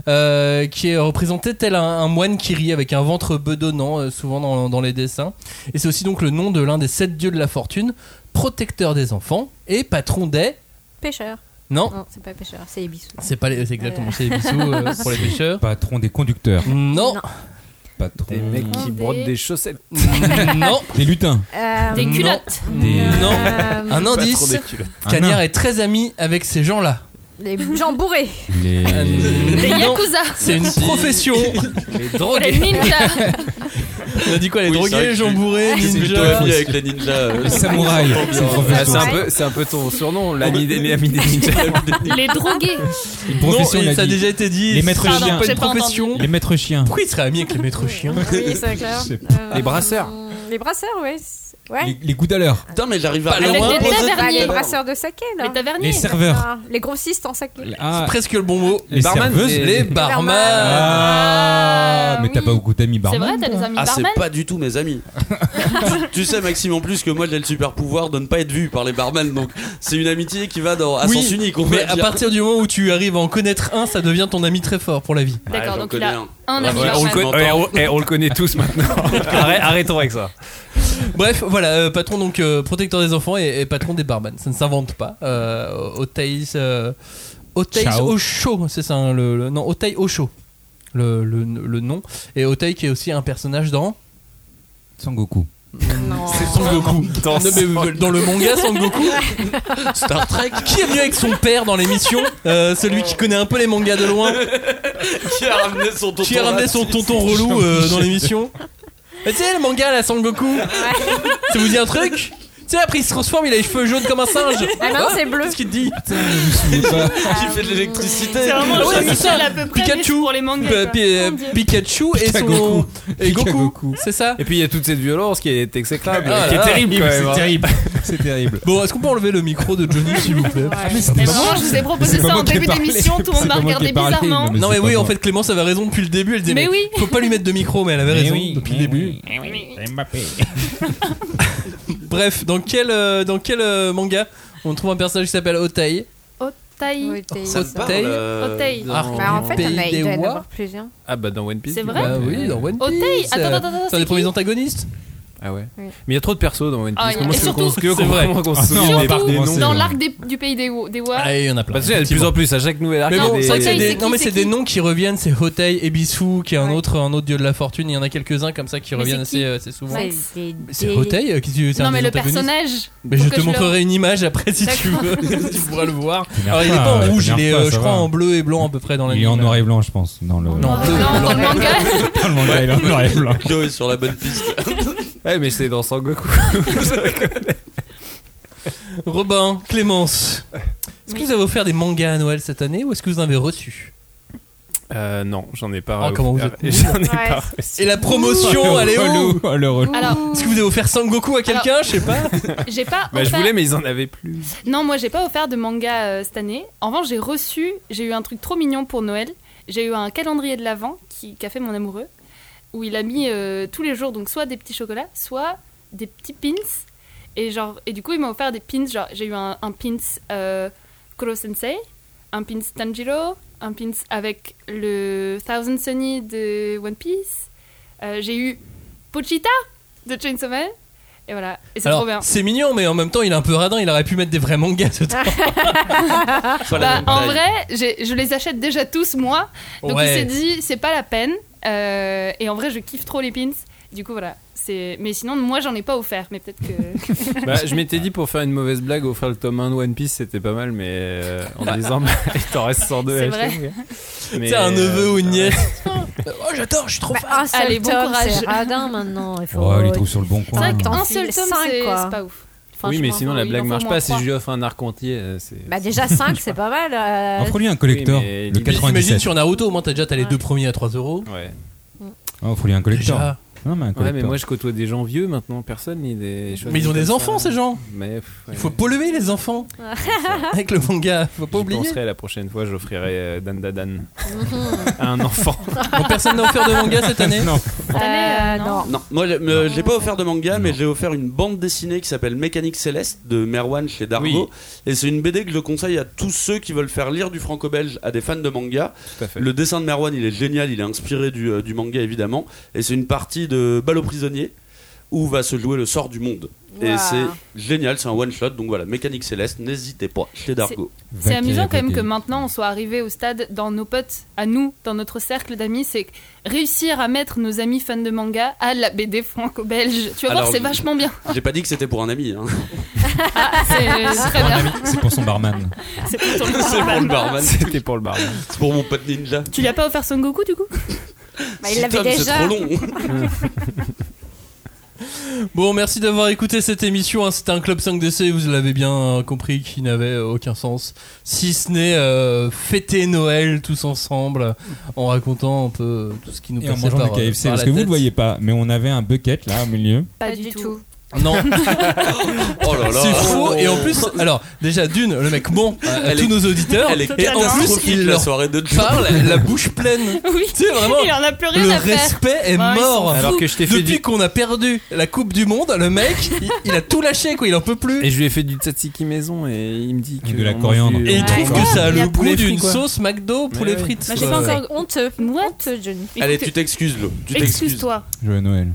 Speaker 1: euh, qui est représenté tel un, un moine qui rit avec un ventre bedonnant, euh, souvent dans, dans les dessins. Et c'est aussi donc le nom de l'un des sept dieux de la fortune, protecteur des enfants et patron des.
Speaker 2: Pêcheur.
Speaker 5: Oh.
Speaker 1: Non,
Speaker 2: Non, c'est pas pêcheur, c'est Ibisu.
Speaker 1: c'est pas les- c'est exactement c'est les bisous euh, pour les pêcheurs.
Speaker 6: Patron des conducteurs.
Speaker 1: Non,
Speaker 2: Non.
Speaker 6: Patron
Speaker 3: Des mecs qui brodent des chaussettes.
Speaker 1: non,
Speaker 6: Des lutins.
Speaker 2: Euh,
Speaker 5: Des
Speaker 1: Non.
Speaker 5: culottes.
Speaker 6: Des-
Speaker 1: non.
Speaker 2: euh,
Speaker 1: Un
Speaker 3: Patron
Speaker 1: indice,
Speaker 3: des culottes.
Speaker 1: Cagnard est très ami avec ces gens-là.
Speaker 2: Les gens bourrés.
Speaker 6: Les...
Speaker 5: Des
Speaker 1: Ah, Non.
Speaker 5: yakuza.
Speaker 1: C'est une profession. les
Speaker 5: Les
Speaker 1: drogués.
Speaker 5: ninjas.
Speaker 1: On a dit quoi Les
Speaker 4: Oui, c'est vrai
Speaker 1: drogués,
Speaker 4: que
Speaker 1: gens
Speaker 4: tu-
Speaker 1: bourrés,
Speaker 4: C'est plutôt
Speaker 1: ninjas.
Speaker 4: ami avec les ninjas. euh,
Speaker 6: Les samouraïs. C'est
Speaker 3: Ah, c'est
Speaker 6: une profession.
Speaker 3: un peu, c'est un peu ton surnom, l'ami des, l'ami des ninjas.
Speaker 5: les drogués.
Speaker 6: Une
Speaker 1: Ah, Non,
Speaker 6: profession, on
Speaker 1: et
Speaker 6: l'a
Speaker 1: ça a
Speaker 6: dit.
Speaker 1: déjà été dit.
Speaker 6: Les maîtres
Speaker 1: c'est
Speaker 6: chiens.
Speaker 1: pas
Speaker 5: J'ai
Speaker 1: une
Speaker 5: pas
Speaker 1: profession.
Speaker 6: Les maîtres chiens.
Speaker 1: Pourquoi il serait ami avec les maîtres chiens
Speaker 5: Ah,
Speaker 2: Oui, c'est clair.
Speaker 6: Je sais
Speaker 2: Euh,
Speaker 3: Les brasseurs.
Speaker 2: Les brasseurs, oui. c'est- Ouais.
Speaker 6: Les, les goûts à l'heure.
Speaker 4: Putain, mais j'arrive à
Speaker 1: Pas
Speaker 4: rien
Speaker 1: loin.
Speaker 4: proposer
Speaker 5: Avec les
Speaker 4: tout à
Speaker 2: Bah, les
Speaker 5: taverniers.
Speaker 4: l'heure.
Speaker 2: brasseurs de saké, là.
Speaker 5: Les taverniers.
Speaker 6: Les serveurs.
Speaker 2: Ah, les grossistes en saké.
Speaker 6: Ah,
Speaker 1: Presque le bon mot.
Speaker 6: les
Speaker 3: barman,
Speaker 6: serveuses.
Speaker 3: les-
Speaker 1: Les barman.
Speaker 6: Ah,
Speaker 5: Ah,
Speaker 6: mais t'as
Speaker 5: oui.
Speaker 6: pas beaucoup d'amis
Speaker 5: C'est
Speaker 6: barman.
Speaker 5: vrai, t'as des amis
Speaker 4: Ah, c'est
Speaker 5: barman
Speaker 4: pas du tout mes amis. tu, tu sais, Maxime, en plus que moi j'ai le super pouvoir de ne pas être vu par les barman, donc c'est une amitié qui va dans, à
Speaker 1: Oui,
Speaker 4: sens unique. On
Speaker 1: Mais
Speaker 4: va
Speaker 1: à
Speaker 4: dire.
Speaker 1: partir du moment où tu arrives à en connaître un, ça devient ton ami très fort pour la vie.
Speaker 5: D'accord,
Speaker 4: j'en
Speaker 5: donc il
Speaker 4: connais
Speaker 5: a
Speaker 4: un.
Speaker 5: un
Speaker 1: Ah,
Speaker 4: Ouais,
Speaker 5: ami
Speaker 4: ouais,
Speaker 3: on,
Speaker 4: on
Speaker 5: barman.
Speaker 3: le
Speaker 4: le conna-
Speaker 3: connaît tous maintenant. arrêtons avec ça.
Speaker 1: Bref, voilà, euh, patron donc euh, protecteur des enfants et, et patron des barman. Ça ne s'invente pas. Euh, Oteis, euh, Oteis
Speaker 6: Ciao.
Speaker 1: Osho, c'est ça, hein, le, le- non, Oteis Osho, le, le, le nom. Et Oteil qui est aussi un personnage dans.
Speaker 6: Sangoku.
Speaker 2: Non.
Speaker 1: C'est Son Goku. Non,
Speaker 3: Dans
Speaker 1: mais, euh, dans le manga Son Goku, Star Trek. Qui est venu avec son père dans l'émission Euh, Celui qui connaît un peu les mangas de loin,
Speaker 4: Qui a ramené son tonton
Speaker 1: qui a ramené son
Speaker 4: raciste.
Speaker 1: tonton relou euh, dans l'émission. Mais Tu sais, le manga là, Son Goku, ça vous dit un truc Tu sais, après il se transforme, il a les cheveux jaunes comme un singe. Hein
Speaker 2: Ah non, c'est bleu.
Speaker 1: Qu'est-ce qu'il te dit
Speaker 4: qui fait de l'électricité.
Speaker 5: Ah, C'est vraiment
Speaker 1: Ouais, c'est
Speaker 5: Jean-Michel
Speaker 1: ça.
Speaker 5: à peu près mais
Speaker 1: Pikachu.
Speaker 5: c'est pour les mangas.
Speaker 1: Bah,
Speaker 5: quoi.
Speaker 1: Pi- euh,
Speaker 5: Mon Dieu.
Speaker 1: Pikachu et
Speaker 6: Pika
Speaker 1: son
Speaker 6: Goku.
Speaker 1: et
Speaker 6: Pika
Speaker 1: Goku,
Speaker 6: Goku.
Speaker 1: c'est ça.
Speaker 3: Et puis il y a toute cette violence qui est exécrable,
Speaker 1: Ah
Speaker 3: qui
Speaker 1: là là.
Speaker 3: est terrible quand même.
Speaker 6: C'est
Speaker 3: hein.
Speaker 6: terrible. C'est terrible.
Speaker 1: Bon, est-ce qu'on peut enlever le micro de Johnny s'il vous plaît
Speaker 5: Mais vraiment, je vous ai proposé
Speaker 6: C'est pas
Speaker 5: ça en
Speaker 6: moi qui ai
Speaker 5: début
Speaker 6: parlé.
Speaker 5: d'émission, tout le
Speaker 6: C'est
Speaker 5: monde m'a
Speaker 6: pas moi qui
Speaker 5: regardé
Speaker 6: ai parlé,
Speaker 5: bizarrement.
Speaker 6: mais
Speaker 1: Non mais
Speaker 6: c'est
Speaker 1: oui,
Speaker 6: pas
Speaker 1: en
Speaker 6: vrai.
Speaker 1: fait Clémence avait raison depuis le début, elle disait
Speaker 5: Mais oui.
Speaker 1: faut pas lui mettre de micro mais elle avait
Speaker 6: Mais
Speaker 1: raison
Speaker 6: oui,
Speaker 1: depuis le
Speaker 6: mais
Speaker 1: début.
Speaker 6: oui.
Speaker 1: Bref, dans quel euh, dans quel euh, manga on trouve un personnage qui s'appelle Otai
Speaker 5: Oh, Otai.
Speaker 4: Ça me parle, euh,
Speaker 5: Otei.
Speaker 1: Ah,
Speaker 3: Dans-
Speaker 11: Bah, en fait,
Speaker 1: Pays
Speaker 11: il y en a- il doit y en
Speaker 1: des
Speaker 11: avoir
Speaker 1: Rois.
Speaker 11: plusieurs.
Speaker 3: Ah bah dans One Piece.
Speaker 5: C'est
Speaker 3: du
Speaker 5: vrai
Speaker 3: coup.
Speaker 1: Bah oui, dans One Piece.
Speaker 5: Otei, attends,
Speaker 1: euh,
Speaker 5: attends, attends,
Speaker 1: C'est un
Speaker 5: c'est
Speaker 1: des
Speaker 5: qui
Speaker 1: premiers antagonistes
Speaker 3: Ah ouais.
Speaker 11: Oui.
Speaker 3: Mais il y a trop de persos dans One
Speaker 5: Ah, il y
Speaker 3: Piece.
Speaker 5: a-
Speaker 3: Comment
Speaker 5: et
Speaker 3: est-ce
Speaker 5: surtout-
Speaker 3: qu'on se que-
Speaker 1: C'est vrai.
Speaker 3: comment qu'on
Speaker 6: Ah,
Speaker 3: se
Speaker 6: non,
Speaker 3: souvient
Speaker 6: on
Speaker 3: des Bah,
Speaker 6: parle
Speaker 3: des
Speaker 6: des
Speaker 3: noms
Speaker 6: noms.
Speaker 5: Dans
Speaker 6: C'est-
Speaker 5: l'arc des- du pays des, wa- des Wa.
Speaker 1: Ah, il y en a plein.
Speaker 3: Parce qu'il y a de plus en plus à chaque nouvel arc.
Speaker 1: Mais
Speaker 3: il y a
Speaker 1: bon,
Speaker 3: des-
Speaker 1: c'est vrai que c'est
Speaker 5: Hotei,
Speaker 1: des,
Speaker 5: c'est qui,
Speaker 1: non, mais c'est
Speaker 5: c'est
Speaker 1: des
Speaker 5: qui
Speaker 1: noms qui reviennent, c'est Hotei, Ebisu, qui est un
Speaker 11: Ouais.
Speaker 1: autre, un autre dieu de la fortune, il y en a quelques-uns comme ça qui
Speaker 5: Mais
Speaker 1: reviennent
Speaker 5: c'est qui
Speaker 1: assez, euh, assez souvent.
Speaker 11: Ouais,
Speaker 1: C'est
Speaker 11: des-
Speaker 1: Hotei euh, qui c'est un
Speaker 5: Non, mais
Speaker 1: des
Speaker 5: le
Speaker 1: antagonistes.
Speaker 5: personnage.
Speaker 1: Mais
Speaker 5: Faut
Speaker 1: je
Speaker 5: que
Speaker 1: te
Speaker 5: je le-
Speaker 1: montrerai une image après si tu veux, tu pourras le voir. Alors il est
Speaker 6: T'énerve
Speaker 1: pas en
Speaker 6: euh,
Speaker 1: rouge, il est
Speaker 6: t'énerve
Speaker 1: euh,
Speaker 6: pas,
Speaker 1: je
Speaker 6: ça
Speaker 1: crois
Speaker 6: va.
Speaker 1: en bleu et blanc à peu près dans la
Speaker 6: Il est en noir et blanc, je pense. Dans le,
Speaker 1: Non, bleu,
Speaker 5: Non, dans le
Speaker 1: blanc.
Speaker 5: manga.
Speaker 6: dans le manga, il est en noir et blanc.
Speaker 4: Joe est sur la bonne piste.
Speaker 3: Ouais, mais c'est dans Sangoku.
Speaker 1: Robin, Clémence, est-ce que
Speaker 5: Oui.
Speaker 1: vous avez offert des mangas à Noël cette année ou est-ce que vous en avez reçu
Speaker 3: Euh, non, j'en ai pas.
Speaker 1: Ah, comment vous
Speaker 3: êtes J'en ai
Speaker 11: Ouais.
Speaker 3: pas.
Speaker 1: Et la promotion, elle est où
Speaker 6: Oh, le relou.
Speaker 5: Alors,
Speaker 1: Est-ce que vous avez offert Sangoku à quelqu'un Je sais pas.
Speaker 5: j'ai pas.
Speaker 3: Bah, je
Speaker 5: offert-
Speaker 3: voulais, mais ils en avaient plus.
Speaker 5: Non, moi j'ai pas offert de manga euh, cette année. En revanche, j'ai reçu, j'ai eu un truc trop mignon pour Noël. J'ai eu un calendrier de l'Avent qui- qu'a fait mon amoureux, où il a mis euh, tous les jours donc soit des petits chocolats, soit des petits pins. Et genre et du coup il m'a offert des pins. Genre j'ai eu un, un pins euh, Koro Sensei, un pins Tanjiro, un pins avec le Thousand Sunny de One Piece. Euh, j'ai eu Pochita de Chainsaw Man. Et voilà. Et c'est trop
Speaker 1: Alors
Speaker 5: bien.
Speaker 1: c'est mignon, mais en même temps il est un peu radin. Il aurait pu mettre des vrais mangas dedans.
Speaker 4: Pas la
Speaker 5: Bah,
Speaker 4: même
Speaker 5: en
Speaker 4: taille.
Speaker 5: vrai, j'ai- je les achète déjà tous moi. Ah, Donc
Speaker 1: Ouais.
Speaker 5: il s'est dit, c'est pas la peine. Euh, et en vrai, je kiffe trop les pins. Du coup, voilà. C'est... Mais sinon, moi, j'en ai pas offert. Mais peut-être que.
Speaker 3: Bah, je m'étais dit pour faire une mauvaise blague, offrir le tome 1 de One Piece, c'était pas mal, mais euh, en disant, bah, il t'en reste 102
Speaker 5: C'est
Speaker 3: à
Speaker 5: vrai.
Speaker 3: acheter. Mais,
Speaker 1: C'est un neveu ou une
Speaker 3: euh,
Speaker 1: nièce. oh
Speaker 5: Ah,
Speaker 1: j'adore, je suis trop
Speaker 11: Bah,
Speaker 1: fan.
Speaker 11: un seul
Speaker 5: Allez, bon
Speaker 11: tome,
Speaker 5: courage.
Speaker 11: c'est radin maintenant. Il faut...
Speaker 6: Oh, il les trouve sur le bon
Speaker 5: C'est
Speaker 6: coin.
Speaker 5: vrai
Speaker 11: t'en
Speaker 5: qu'un
Speaker 11: files
Speaker 5: seul tome,
Speaker 11: cinq,
Speaker 5: c'est...
Speaker 11: quoi.
Speaker 5: c'est pas ouf.
Speaker 3: Oui, mais
Speaker 11: Franchement,
Speaker 3: sinon la
Speaker 5: oui, il
Speaker 3: blague
Speaker 5: en faut
Speaker 3: marche
Speaker 5: au
Speaker 3: pas.
Speaker 5: moins
Speaker 3: Si je
Speaker 5: trois.
Speaker 3: lui offre un arc entier, euh, c'est.
Speaker 11: Bah, déjà 5, c'est pas mal. euh,
Speaker 6: Offre-lui Ah, un collector,
Speaker 3: Oui, mais
Speaker 6: le
Speaker 3: limite-
Speaker 6: 97.
Speaker 1: Imagine sur Naruto, au moins t'as déjà t'as les
Speaker 11: Ouais.
Speaker 1: deux premiers à 3 euros.
Speaker 3: Ouais.
Speaker 6: Oh, faut lui un collector.
Speaker 1: Déjà.
Speaker 6: Non, mais un
Speaker 3: Ouais,
Speaker 6: collector.
Speaker 3: mais moi je côtoie des gens vieux maintenant, personne ni des. choses
Speaker 1: Mais ils ont
Speaker 3: comme
Speaker 1: des
Speaker 3: ça.
Speaker 1: enfants ces gens.
Speaker 3: Mais pff, ouais.
Speaker 1: Il faut polluer les enfants avec le manga. Faut pas
Speaker 3: J'y
Speaker 1: oublier. Mhm.
Speaker 3: penserai la prochaine fois, j'offrirai euh, Dan Dan Dan à un enfant.
Speaker 1: Bon, personne n'a offert de manga cette année.
Speaker 6: Non,
Speaker 11: euh,
Speaker 5: année, euh,
Speaker 11: non.
Speaker 4: Non, moi je- me- je l'ai pas offert de manga, mais j'ai offert une bande dessinée qui s'appelle Mécanique Céleste de Merwan chez Dargo.
Speaker 3: Oui.
Speaker 4: Et c'est une BD que je conseille à tous ceux qui veulent faire lire du franco-belge à des fans de manga.
Speaker 3: Tout à fait.
Speaker 4: Le dessin de Merwan, il est génial, il est inspiré du, euh, du manga évidemment. Et c'est une partie de Balle aux prisonniers où va se jouer le sort du monde. Et
Speaker 11: Waouh.
Speaker 4: c'est génial, c'est un one-shot. Donc voilà, Mécanique Céleste, n'hésitez pas, chez Dargo.
Speaker 5: C'est
Speaker 6: Vaquer,
Speaker 5: amusant quand même
Speaker 6: vaquer.
Speaker 5: que maintenant on soit arrivé au stade dans nos potes, à nous, dans notre cercle d'amis, c'est réussir à mettre nos amis fans de manga à la BD franco-belge. Tu vas
Speaker 4: Alors,
Speaker 5: voir, c'est
Speaker 4: je-
Speaker 5: vachement bien.
Speaker 4: J'ai pas dit que c'était pour un ami. hein.
Speaker 5: C'est très
Speaker 6: Pour un
Speaker 5: bien.
Speaker 6: ami, c'est pour son barman.
Speaker 5: C'est plutôt le
Speaker 4: C'est pour le barman.
Speaker 3: C'était pour le barman.
Speaker 4: C'est pour mon pote ninja.
Speaker 5: Tu l'as pas offert Son Goku du coup
Speaker 11: Bah, il
Speaker 4: Si,
Speaker 11: l'avait
Speaker 4: Tom, C'est
Speaker 11: déjà.
Speaker 4: trop long.
Speaker 1: Bon, merci d'avoir écouté cette émission. hein. C'était un club 5DC, vous l'avez bien euh, compris, qui n'avait euh, aucun sens. Si ce n'est euh, fêter Noël tous ensemble en racontant un peu tout ce qui nous
Speaker 6: Et en
Speaker 1: passait
Speaker 6: mangeant
Speaker 1: par,
Speaker 6: du KFC,
Speaker 1: euh, par
Speaker 6: parce
Speaker 1: la
Speaker 6: que vous
Speaker 1: tête.
Speaker 6: le voyez pas, mais on avait un bucket là au milieu.
Speaker 5: Pas, du, tout.
Speaker 1: Non,
Speaker 4: Oh là là.
Speaker 1: c'est faux. Et en plus, alors déjà d'une, le mec bon à
Speaker 4: Elle
Speaker 1: tous
Speaker 4: est-
Speaker 1: nos auditeurs,
Speaker 4: Elle est
Speaker 1: et en plus
Speaker 4: catastrophique
Speaker 1: il
Speaker 4: la
Speaker 1: leur
Speaker 4: soirée de Joe.
Speaker 1: parle la bouche pleine.
Speaker 5: Oui,
Speaker 1: Tu sais, vraiment,
Speaker 5: il en a plus rien
Speaker 1: Le
Speaker 5: à faire.
Speaker 1: respect est
Speaker 5: Ouais, ils
Speaker 1: mort.
Speaker 5: s'en
Speaker 3: Alors que je t'ai fait
Speaker 1: Depuis
Speaker 3: du.
Speaker 1: qu'on a perdu la Coupe du Monde, le mec, il, il a tout lâché, quoi. Il en peut plus.
Speaker 3: Et je lui ai fait du tzatziki maison et il me dit que.
Speaker 6: Et de
Speaker 3: on
Speaker 6: la
Speaker 3: mange
Speaker 6: coriandre.
Speaker 3: du-
Speaker 1: Et il
Speaker 3: on
Speaker 1: trouve
Speaker 3: mange
Speaker 1: que
Speaker 3: du-
Speaker 1: ça a
Speaker 3: du
Speaker 1: le
Speaker 3: poulet
Speaker 1: goût
Speaker 3: frit,
Speaker 1: d'une
Speaker 3: quoi.
Speaker 1: sauce McDo
Speaker 3: Mais
Speaker 1: poulet
Speaker 3: oui.
Speaker 1: frites.
Speaker 11: Bah, j'ai pas
Speaker 1: Ouais.
Speaker 11: encore honteux. Honteux, Johnny.
Speaker 4: Allez,
Speaker 5: Écoutez,
Speaker 4: tu t'excuses, Lo. Tu t'excuses.
Speaker 5: Excuse-toi.
Speaker 6: Joyeux Noël.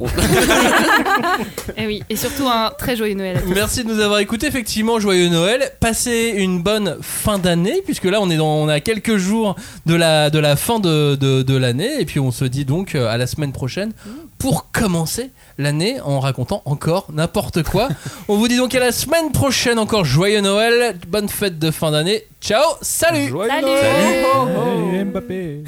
Speaker 5: Et Eh oui, et surtout un très joyeux Noël à tous.
Speaker 1: Merci de nous avoir écoutés. Effectivement, joyeux Noël. Passez une bonne fin d'année, puisque là, on est dans, on a quelques jours de la, de la fin de, de, de l'année. Et puis, on se dit donc euh, à la semaine prochaine pour commencer l'année en racontant encore n'importe quoi. on vous dit donc à la semaine prochaine encore joyeux Noël. Bonne fête de fin d'année. Ciao, salut Oh,
Speaker 3: Joyeux
Speaker 11: Salut.
Speaker 3: Noël.
Speaker 6: Hey, Mbappé.